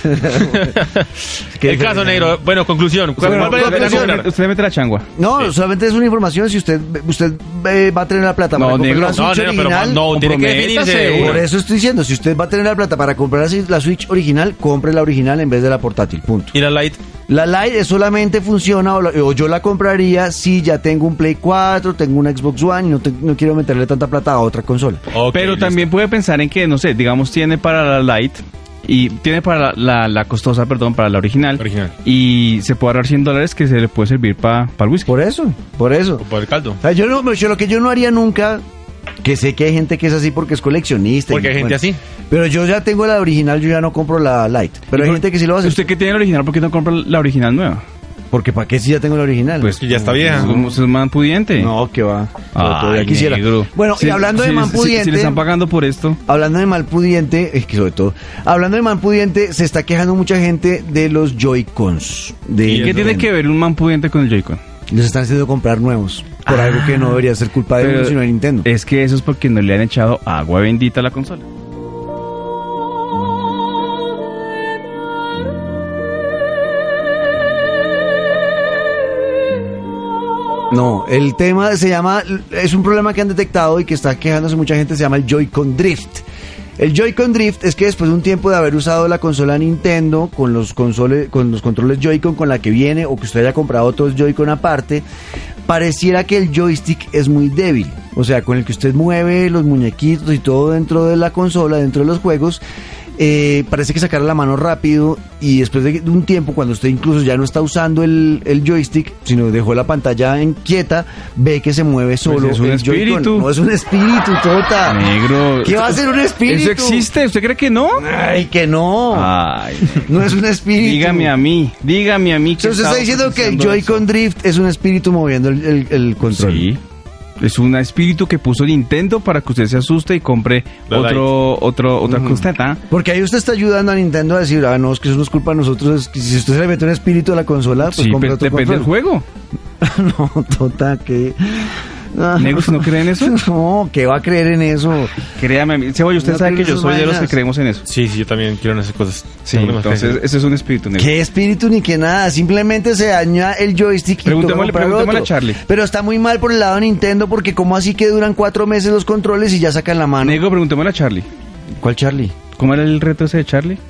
Speaker 1: Qué
Speaker 3: El caso,
Speaker 1: diferencia.
Speaker 3: negro. Bueno, conclusión. ¿Cuál
Speaker 2: Bueno,
Speaker 3: cuál vale la pena
Speaker 2: usted, le
Speaker 3: comprar?
Speaker 2: mete- usted le mete la changua.
Speaker 1: No, solamente es una información si usted usted eh, va a tener la plata
Speaker 2: No,
Speaker 1: para comprar
Speaker 2: negro,
Speaker 1: la Switch
Speaker 3: No, negro, pero
Speaker 1: original.
Speaker 3: no, tiene que
Speaker 2: comprométase,
Speaker 3: definirse.
Speaker 1: Por eso estoy diciendo, si usted va a tener la plata para comprar así la Switch original, compre la original en vez de la portátil, punto.
Speaker 3: Y la Lite.
Speaker 1: La Lite solamente funciona, o, la- o yo la compraría si ya tengo un Play 4, tengo una Xbox One y no, te- no quiero meterle tanta plata a otra consola.
Speaker 3: Ok,
Speaker 2: Pero
Speaker 3: listo.
Speaker 2: también puede pensar en que, no sé, digamos, tiene para la Lite y tiene para la, la- la costosa, perdón, para la original.
Speaker 3: Original.
Speaker 2: Y se puede ahorrar 100 dólares que se le puede servir para el whisky.
Speaker 1: Por eso, por eso.
Speaker 3: O Por el caldo.
Speaker 1: O sea, yo no, yo lo que yo no haría nunca, que sé que hay gente que es así porque es coleccionista. y
Speaker 3: Porque hay
Speaker 1: bueno,
Speaker 3: gente así.
Speaker 1: Pero yo ya tengo la original, yo ya no compro la Lite. Pero hay
Speaker 2: Y-
Speaker 1: gente que sí lo hace.
Speaker 2: ¿Usted que tiene la original? ¿Por qué no compra la original nueva?
Speaker 1: Porque para qué si ya tengo la original.
Speaker 2: Pues
Speaker 3: que ya está vieja.
Speaker 2: Es un, es un man pudiente.
Speaker 1: no, que va.
Speaker 2: Ay,
Speaker 1: Todavía quisiera.
Speaker 2: negro.
Speaker 1: Bueno,
Speaker 2: Si-
Speaker 1: y hablando de
Speaker 2: si-
Speaker 1: man
Speaker 2: si- Si,
Speaker 1: pudiente,
Speaker 2: le están pagando por esto.
Speaker 1: Hablando de mal pudiente, es que sobre todo, hablando de mal pudiente, se está quejando mucha gente de los Joy-Cons. De
Speaker 2: ¿Y qué tiene que ver un man pudiente con el Joy-Con?
Speaker 1: Les están haciendo comprar nuevos. Por algo que no debería ser culpa de
Speaker 2: Ah, Pero
Speaker 1: uno, sino de Nintendo.
Speaker 2: Es que eso es porque no le han echado agua bendita a la consola.
Speaker 1: No, el tema se llama, es un problema que han detectado y que está quejándose mucha gente, se llama el Joy-Con Drift. El Joy-Con Drift es que después de un tiempo de haber usado la consola Nintendo con los, console- con los controles Joy-Con con la que viene o que usted haya comprado otros Joy-Con aparte, pareciera que el joystick es muy débil. O sea, con el que usted mueve los muñequitos y todo dentro de la consola, dentro de los juegos, eh, parece que sacar la mano rápido y después de de un tiempo, cuando usted incluso ya no está usando el, el joystick, sino dejó la pantalla en quieta, ve que se mueve solo.
Speaker 2: Pues es un
Speaker 1: el Joy-Con.
Speaker 2: espíritu.
Speaker 1: No es un espíritu, tota.
Speaker 2: Negro.
Speaker 1: ¿Qué va a ser un espíritu?
Speaker 2: ¿Eso existe? ¿Usted cree que no?
Speaker 1: Ay, que no.
Speaker 2: Ay,
Speaker 1: No es un espíritu.
Speaker 2: Ah. dígame a mí, dígame a mí. que
Speaker 1: Entonces usted está diciendo
Speaker 2: estamos
Speaker 1: que el
Speaker 2: haciendo
Speaker 1: Joy-Con Drift es un espíritu moviendo el, el- el
Speaker 2: eso.
Speaker 1: control.
Speaker 2: Sí. Es un espíritu que puso Nintendo para que usted se asuste y compre
Speaker 3: La
Speaker 2: otro, otro, otra costeta.
Speaker 1: Porque ahí usted está ayudando a Nintendo a decir, ah, no, es que eso no es culpa de nosotros. es que si usted se le mete un espíritu a la consola, pues
Speaker 2: sí,
Speaker 1: compra
Speaker 2: pero
Speaker 1: otro
Speaker 2: depende del
Speaker 1: control.
Speaker 2: juego.
Speaker 1: no, tota, que... Ah,
Speaker 2: Negro, ¿usted no cree en eso?
Speaker 1: No, que va a creer en eso.
Speaker 2: Créame, a mí. Cebolla, usted
Speaker 1: No
Speaker 2: sabe que
Speaker 1: creo en
Speaker 2: yo
Speaker 1: esas
Speaker 2: soy de los que
Speaker 1: vainas.
Speaker 2: creemos en eso.
Speaker 3: Sí, sí, yo también quiero en esas cosas.
Speaker 2: Sí,
Speaker 3: Tengo demasiada
Speaker 2: entonces ese es un espíritu negro.
Speaker 1: Qué espíritu ni que nada, simplemente se daña el joystick. y toca
Speaker 2: Preguntémosle-
Speaker 1: comprar
Speaker 2: preguntémosle
Speaker 1: otro.
Speaker 2: a Charlie.
Speaker 1: Pero está muy mal por el lado de Nintendo porque como así que duran cuatro meses los controles y ya sacan la mano.
Speaker 2: Ah, Negro, preguntémosle a Charlie.
Speaker 1: ¿Cuál Charlie?
Speaker 2: ¿Cómo era el reto ese de Charlie?
Speaker 3: fe.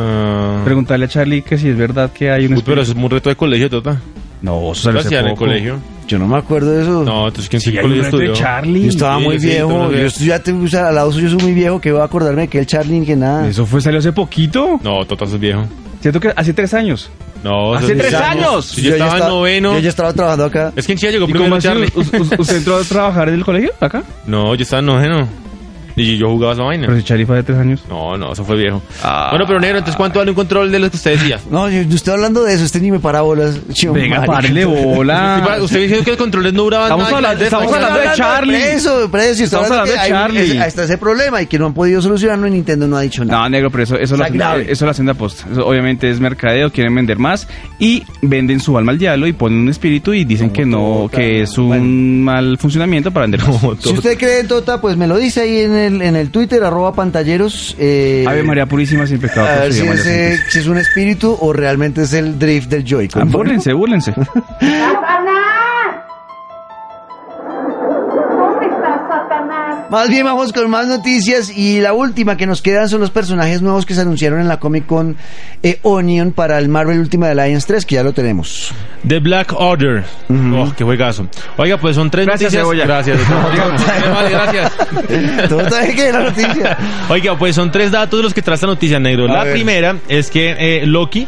Speaker 3: Ah,
Speaker 2: Preguntarle a Charlie que si es verdad que hay un
Speaker 3: uy,
Speaker 2: espíritu.
Speaker 3: pero eso es un reto de colegio, Tota.
Speaker 2: No, eso
Speaker 3: ¿Lo
Speaker 2: salió Pues hace
Speaker 3: hacían en el
Speaker 2: poco.
Speaker 3: colegio?
Speaker 1: Yo no me acuerdo de eso.
Speaker 3: No, entonces ¿quién
Speaker 2: Sí,
Speaker 3: sí,
Speaker 2: hay un
Speaker 3: colegio
Speaker 2: reto de
Speaker 3: estudió?
Speaker 1: Yo
Speaker 2: Charlie.
Speaker 1: estaba
Speaker 3: Sí,
Speaker 1: muy
Speaker 3: sí,
Speaker 1: viejo.
Speaker 3: entonces-
Speaker 1: yo estoy- ya te, o sea, al lado suyo soy muy viejo que voy a acordarme de que el Charlie ni que nada.
Speaker 2: Eso fue, salió hace poquito.
Speaker 3: No, Tota, eso es viejo.
Speaker 2: Siento que hace tres años.
Speaker 3: No, eso
Speaker 2: ¡Hace
Speaker 3: es
Speaker 2: tres
Speaker 3: viejo.
Speaker 2: años!
Speaker 3: Si yo, estaba en noveno.
Speaker 1: Yo ya estaba trabajando acá.
Speaker 3: Es que en Chía llegó
Speaker 2: ¿Y
Speaker 3: primero
Speaker 2: cómo así?
Speaker 3: Charlie.
Speaker 2: ¿Us- us- ¿Usted entró a trabajar en el colegio acá?
Speaker 3: No, yo estaba en noveno. Y yo jugaba esa vaina.
Speaker 2: Pero si Charlie fue de tres años.
Speaker 3: No, no, eso fue viejo.
Speaker 2: Ah.
Speaker 3: Bueno, pero negro, entonces ¿cuánto vale un control de los que usted decía?
Speaker 1: No, yo, yo estoy hablando de eso. Usted ni me para bolas. Chio,
Speaker 2: Venga,
Speaker 1: marica.
Speaker 2: parle
Speaker 3: Y para-
Speaker 2: bola.
Speaker 3: Usted dijo que los controles no duraban
Speaker 2: Ah. Estamos
Speaker 3: nada,
Speaker 2: hablando-
Speaker 3: que-
Speaker 2: estamos
Speaker 1: Estamos
Speaker 2: hablando de
Speaker 1: Pues, hablando
Speaker 2: Charlie.
Speaker 1: preso, de preso, estamos
Speaker 2: Estamos
Speaker 1: hablando que
Speaker 2: hablando de
Speaker 1: hay un-
Speaker 2: Charlie.
Speaker 1: es- Está ese problema y que no han podido solucionarlo y Nintendo no ha dicho nada.
Speaker 2: No, negro, pero eso, eso,
Speaker 1: Está
Speaker 2: lo hacen,
Speaker 1: grave.
Speaker 2: eso lo hacen de aposta. Eso obviamente es mercadeo, quieren vender más y venden su alma al diablo y ponen un espíritu y dicen que no,
Speaker 1: tota,
Speaker 2: que es un
Speaker 1: bueno.
Speaker 2: mal funcionamiento para vender. más.
Speaker 1: Si usted cree en Tota, pues me lo dice ahí en el, en el Twitter, arroba pantalleros. eh,
Speaker 2: Ave María Purísima sin pecado.
Speaker 1: A ver si
Speaker 2: concebida,
Speaker 1: es,
Speaker 2: María
Speaker 1: eh,
Speaker 2: Santísima.
Speaker 1: si es un espíritu o realmente es el drift del
Speaker 2: Ah,
Speaker 1: Joy-Con.
Speaker 2: búrlense, búrlense.
Speaker 4: ¡Satanás! ¿Dónde está Satanás?
Speaker 1: Más bien vamos con más noticias y la última que nos quedan son los personajes nuevos que se anunciaron en la Comic Con eh, Onion para el Marvel Ultimate Alliance 3, que ya lo tenemos.
Speaker 3: The Black Order. Oh, qué juegazo. Oiga, pues son tres
Speaker 2: Gracias,
Speaker 3: noticias.
Speaker 2: Cebolla.
Speaker 3: Gracias. Digamos, vale, gracias.
Speaker 1: ¿Todo sabe Tota, qué es la noticia?
Speaker 3: Oiga, pues son tres datos los que trae esta noticia, negro.
Speaker 1: A
Speaker 3: la
Speaker 1: ver.
Speaker 3: primera es que eh, Loki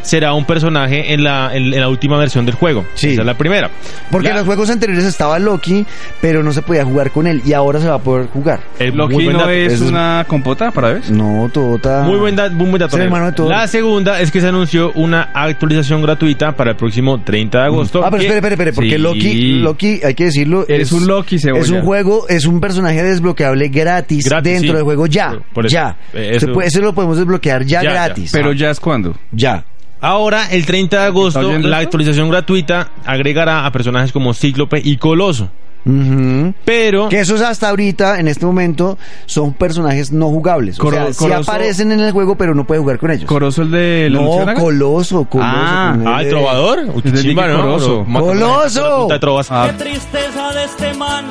Speaker 3: será un personaje en la, en, en la última versión del juego.
Speaker 1: Sí.
Speaker 3: Esa es la primera.
Speaker 1: Porque
Speaker 3: La-
Speaker 1: en los juegos anteriores estaba Loki, pero no se podía jugar con él y ahora se va a poder jugar.
Speaker 3: eh, muy
Speaker 2: Loki
Speaker 3: buen
Speaker 2: no
Speaker 3: dato.
Speaker 2: es
Speaker 1: Eso es-
Speaker 2: una compota para ver.
Speaker 1: No, Tota.
Speaker 3: Muy buen, da- muy buen dato.
Speaker 1: Es el
Speaker 3: negro.
Speaker 1: hermano de todos.
Speaker 3: La segunda es que se anunció una actualización gratuita para el próximo 30 de agosto.
Speaker 1: Ah, pero
Speaker 3: que-
Speaker 1: espere, espere, espere, porque
Speaker 2: Sí.
Speaker 1: Loki, Loki, hay que decirlo,
Speaker 2: Eres un Loki, cebolla.
Speaker 1: es un juego, es un personaje desbloqueable gratis,
Speaker 3: Gratis,
Speaker 1: dentro
Speaker 3: sí.
Speaker 1: del juego ya,
Speaker 3: Por- por eso.
Speaker 1: ya.
Speaker 3: Eh, eso-
Speaker 1: Se puede- eso lo podemos desbloquear ya,
Speaker 3: Ya, ya.
Speaker 1: gratis,
Speaker 2: Pero ya es cuando.
Speaker 1: ya.
Speaker 3: Ahora, el 30 de
Speaker 2: ¿Está
Speaker 3: agosto,
Speaker 2: oyendo
Speaker 3: la
Speaker 2: esto?
Speaker 3: actualización gratuita agregará a personajes como Cíclope y Coloso.
Speaker 1: Ujú.
Speaker 3: Pero
Speaker 1: Que esos hasta ahorita, en este momento, son personajes no jugables. O
Speaker 2: Coro-
Speaker 1: sea, sí
Speaker 2: Coloso-
Speaker 1: aparecen en el juego, pero no puede jugar con ellos.
Speaker 2: ¿Corozo el de la
Speaker 1: no,
Speaker 2: luciérnaga?
Speaker 1: Coloso, Coloso.
Speaker 2: Ah,
Speaker 1: con
Speaker 3: Ah, el
Speaker 1: de-
Speaker 3: trovador.
Speaker 2: Es de
Speaker 3: Chimba,
Speaker 2: Nicky
Speaker 3: ¿no?
Speaker 2: Corozo.
Speaker 3: Mata-
Speaker 1: ¡Goloso!
Speaker 3: Mata- puta de trovas.
Speaker 2: Ah,
Speaker 5: Qué tristeza de este man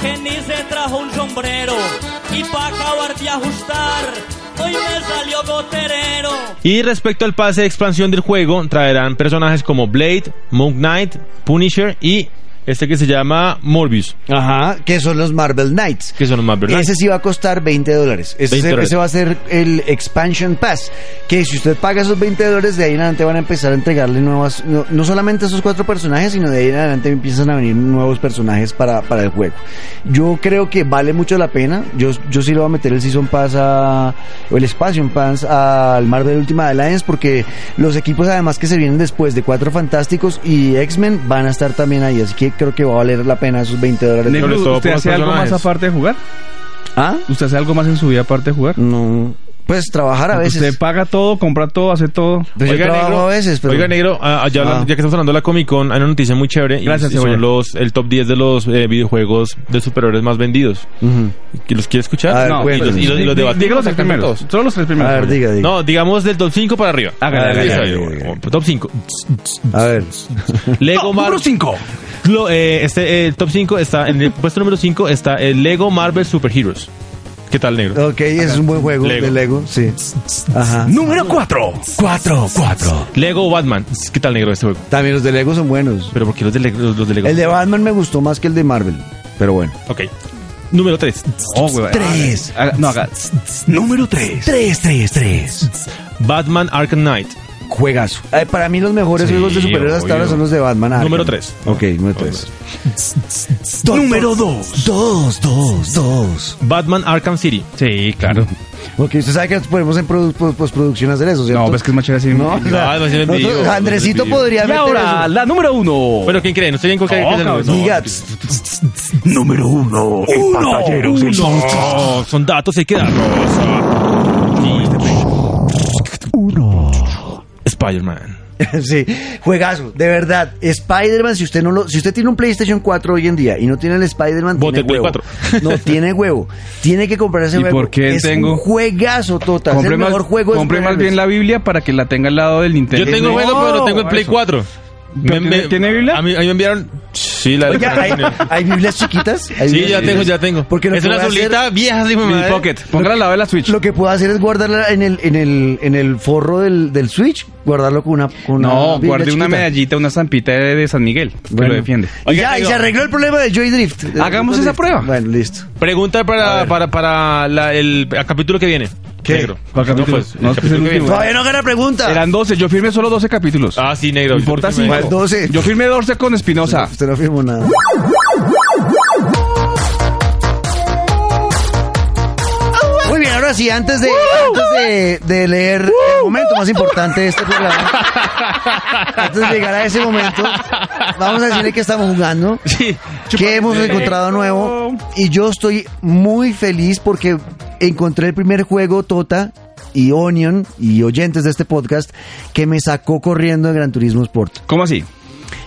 Speaker 5: que ni se trajo un sombrero y pa' acabar de ajustar hoy me salió goterero.
Speaker 3: Y respecto al pase de expansión del juego, traerán personajes como Blade, Moon Knight, Punisher y este que se llama Morbius,
Speaker 1: Ajá, que son los Marvel Knights.
Speaker 3: que son los más verdad.
Speaker 1: Ese sí va a costar 20 dólares. Ese,
Speaker 3: 20 dólares.
Speaker 1: ese va a ser el Expansion Pass. Que si usted paga esos 20 dólares, de ahí en adelante van a empezar a entregarle nuevas. No, no solamente esos cuatro personajes, sino de ahí en adelante empiezan a venir nuevos personajes para, para el juego. Yo creo que vale mucho la pena. Yo, yo sí le voy a meter el Season Pass a. O el Expansion Pass al Marvel Ultimate Alliance. Porque los equipos, además, que se vienen después de Cuatro Fantásticos y X-Men, van a estar también ahí. Así que creo que va a valer la pena esos 20 dólares.
Speaker 2: Negro,
Speaker 3: Sobre todo
Speaker 2: ¿usted
Speaker 3: por los
Speaker 2: hace algo más
Speaker 3: personajes.
Speaker 2: aparte de jugar?
Speaker 1: ¿Ah?
Speaker 2: ¿Usted hace algo más en su vida aparte de jugar?
Speaker 1: No. Pues trabajar a veces.
Speaker 2: ¿Usted paga todo, compra todo, hace todo?
Speaker 1: Pues yo trabajo a veces, pero.
Speaker 3: Oiga, negro, ah, ah, ya, hablando-
Speaker 1: Ah.
Speaker 3: ya que estamos hablando de la Comic Con, hay una noticia muy chévere. y-
Speaker 2: Gracias,
Speaker 3: y son
Speaker 2: Cebolla.
Speaker 3: los, el top 10 de los eh, videojuegos de superhéroes más vendidos.
Speaker 1: Ujú.
Speaker 3: ¿Que ¿Los quiere escuchar?
Speaker 1: A ver,
Speaker 3: no, y
Speaker 1: cuéntame.
Speaker 3: los, y los- y los
Speaker 2: Dí-
Speaker 3: debatimos
Speaker 2: Diga los tres
Speaker 3: acá entre
Speaker 2: primeros.
Speaker 3: todos.
Speaker 2: Solo los tres primeros.
Speaker 1: A ver, diga, diga.
Speaker 3: No, digamos del top 5 para arriba. Ah,
Speaker 2: Hágale,
Speaker 3: Sí,
Speaker 2: hágale,
Speaker 3: sí,
Speaker 2: hágale,
Speaker 3: bueno, pues, Top 5.
Speaker 1: A ver.
Speaker 3: Lego Marvel.
Speaker 2: 5.
Speaker 3: Lo- eh, este, eh, el top 5 está, en el puesto número 5 está el Lego Marvel Super Heroes. Que ¿Qué tal, negro?
Speaker 1: Ok, es un buen juego
Speaker 3: Lego.
Speaker 1: de Lego, sí. Ajá.
Speaker 2: Número 4. 4, 4.
Speaker 3: Lego o Batman. ¿Qué tal, negro, este juego?
Speaker 1: También los de Lego son buenos.
Speaker 3: Pero porque los de Lego. Los, los de Lego?
Speaker 1: El de Batman me gustó más que el de Marvel, pero bueno.
Speaker 3: Ok. Número 3.
Speaker 2: Oh, güey.
Speaker 1: Tres.
Speaker 2: Haga- no, haga. Número 3.
Speaker 1: 3, 3, 3.
Speaker 3: Batman Arkham Knight.
Speaker 1: Juegazo. Eh, para mí los mejores
Speaker 3: Sí,
Speaker 1: juegos de superhéroes hasta ahora
Speaker 3: obvio.
Speaker 1: son los de Batman. Arkham.
Speaker 3: Número tres.
Speaker 1: Ok, número 3. Número 2. 2, 2, 2.
Speaker 3: Batman Arkham City.
Speaker 2: Sí, claro.
Speaker 1: Ok, usted sabe que podemos en produ- pos- postproducción hacer eso, ¿cierto?
Speaker 2: No, ves que es más chévere así.
Speaker 1: No,
Speaker 3: Ah, no, además en el
Speaker 1: nosotros-
Speaker 3: video,
Speaker 1: Andresito
Speaker 3: en el video.
Speaker 1: podría
Speaker 2: Y
Speaker 1: meter
Speaker 2: ahora,
Speaker 1: eso.
Speaker 2: la número 1.
Speaker 3: Bueno, ¿quién cree? No estoy en cualquier
Speaker 2: Oh,
Speaker 3: que sea el
Speaker 2: cabrón.
Speaker 3: número.
Speaker 1: Diga,
Speaker 2: número 1. Pasajeros.
Speaker 3: No, no, son datos, hay que darlos. Spider-Man.
Speaker 1: sí, juegazo, de verdad. Spider-Man, si usted no lo, si usted tiene un PlayStation 4 hoy en día y no tiene el Spider-Man,
Speaker 3: Bote
Speaker 1: tiene
Speaker 3: el Play
Speaker 1: huevo.
Speaker 3: 4.
Speaker 1: No tiene huevo. Tiene que comprar ese
Speaker 2: ¿Y
Speaker 1: juego.
Speaker 2: por qué
Speaker 1: es
Speaker 2: tengo?
Speaker 1: un juegazo total. Es
Speaker 2: Compré
Speaker 1: el
Speaker 2: más,
Speaker 1: mejor juego de
Speaker 2: compré más
Speaker 1: superhéroes.
Speaker 2: bien la Biblia para que la tenga al lado del Nintendo.
Speaker 3: Yo tengo
Speaker 2: No,
Speaker 3: juego, pero tengo el Play
Speaker 2: eso.
Speaker 3: 4.
Speaker 2: ¿Pero tiene- tiene Biblia?
Speaker 3: A mí, a mí me enviaron. Sí, la de
Speaker 1: Oiga, ¿hay, hay Biblias chiquitas? ¿Hay
Speaker 3: Sí,
Speaker 1: Biblias
Speaker 3: ya
Speaker 1: chiquitas?
Speaker 3: tengo, ya tengo.
Speaker 1: Porque lo
Speaker 3: es
Speaker 1: que
Speaker 3: una
Speaker 1: voy a hacer-
Speaker 3: solita vieja, dijo mi
Speaker 2: Mi
Speaker 3: madre.
Speaker 2: Pocket. Póngala al lado de la Switch.
Speaker 1: Lo que puedo hacer es guardarla en el, en el, en el forro del, del Switch, guardarlo con una. Con una
Speaker 2: No,
Speaker 1: Biblia
Speaker 2: guardé una
Speaker 1: chiquita.
Speaker 2: medallita, una zampita de de San Miguel, que
Speaker 1: Bueno.
Speaker 2: lo defiende.
Speaker 1: Y ya, y se arregló el problema de Joy Drift.
Speaker 2: Hagamos esa
Speaker 1: Listo.
Speaker 2: prueba.
Speaker 1: Bueno, listo.
Speaker 3: Pregunta para, para, para la- el, el capítulo que viene.
Speaker 2: ¿Qué?
Speaker 3: Negro.
Speaker 2: ¿Cuál capítulo?
Speaker 3: No, pues, el
Speaker 2: No, es que es el
Speaker 3: capítulo que
Speaker 2: último.
Speaker 3: viene.
Speaker 1: Todavía no gana pregunta.
Speaker 2: Eran 12, yo firmé solo 12 capítulos.
Speaker 3: Ah, sí, negro.
Speaker 1: pues,
Speaker 2: No importa
Speaker 3: Yo
Speaker 2: si...
Speaker 3: firmé.
Speaker 1: ¿Cuál? 12.
Speaker 2: Yo firmé 12 con Espinosa.
Speaker 1: Usted no firmó nada. Muy bien, ahora sí, antes de, antes de, de leer el momento más importante de este programa, antes de llegar a ese momento, vamos a decirle que estamos jugando,
Speaker 3: Sí.
Speaker 1: que hemos encontrado nuevo, y yo estoy muy feliz porque encontré el primer juego Tota y Onion y oyentes de este podcast que me sacó corriendo de Gran Turismo Sport.
Speaker 2: ¿Cómo así?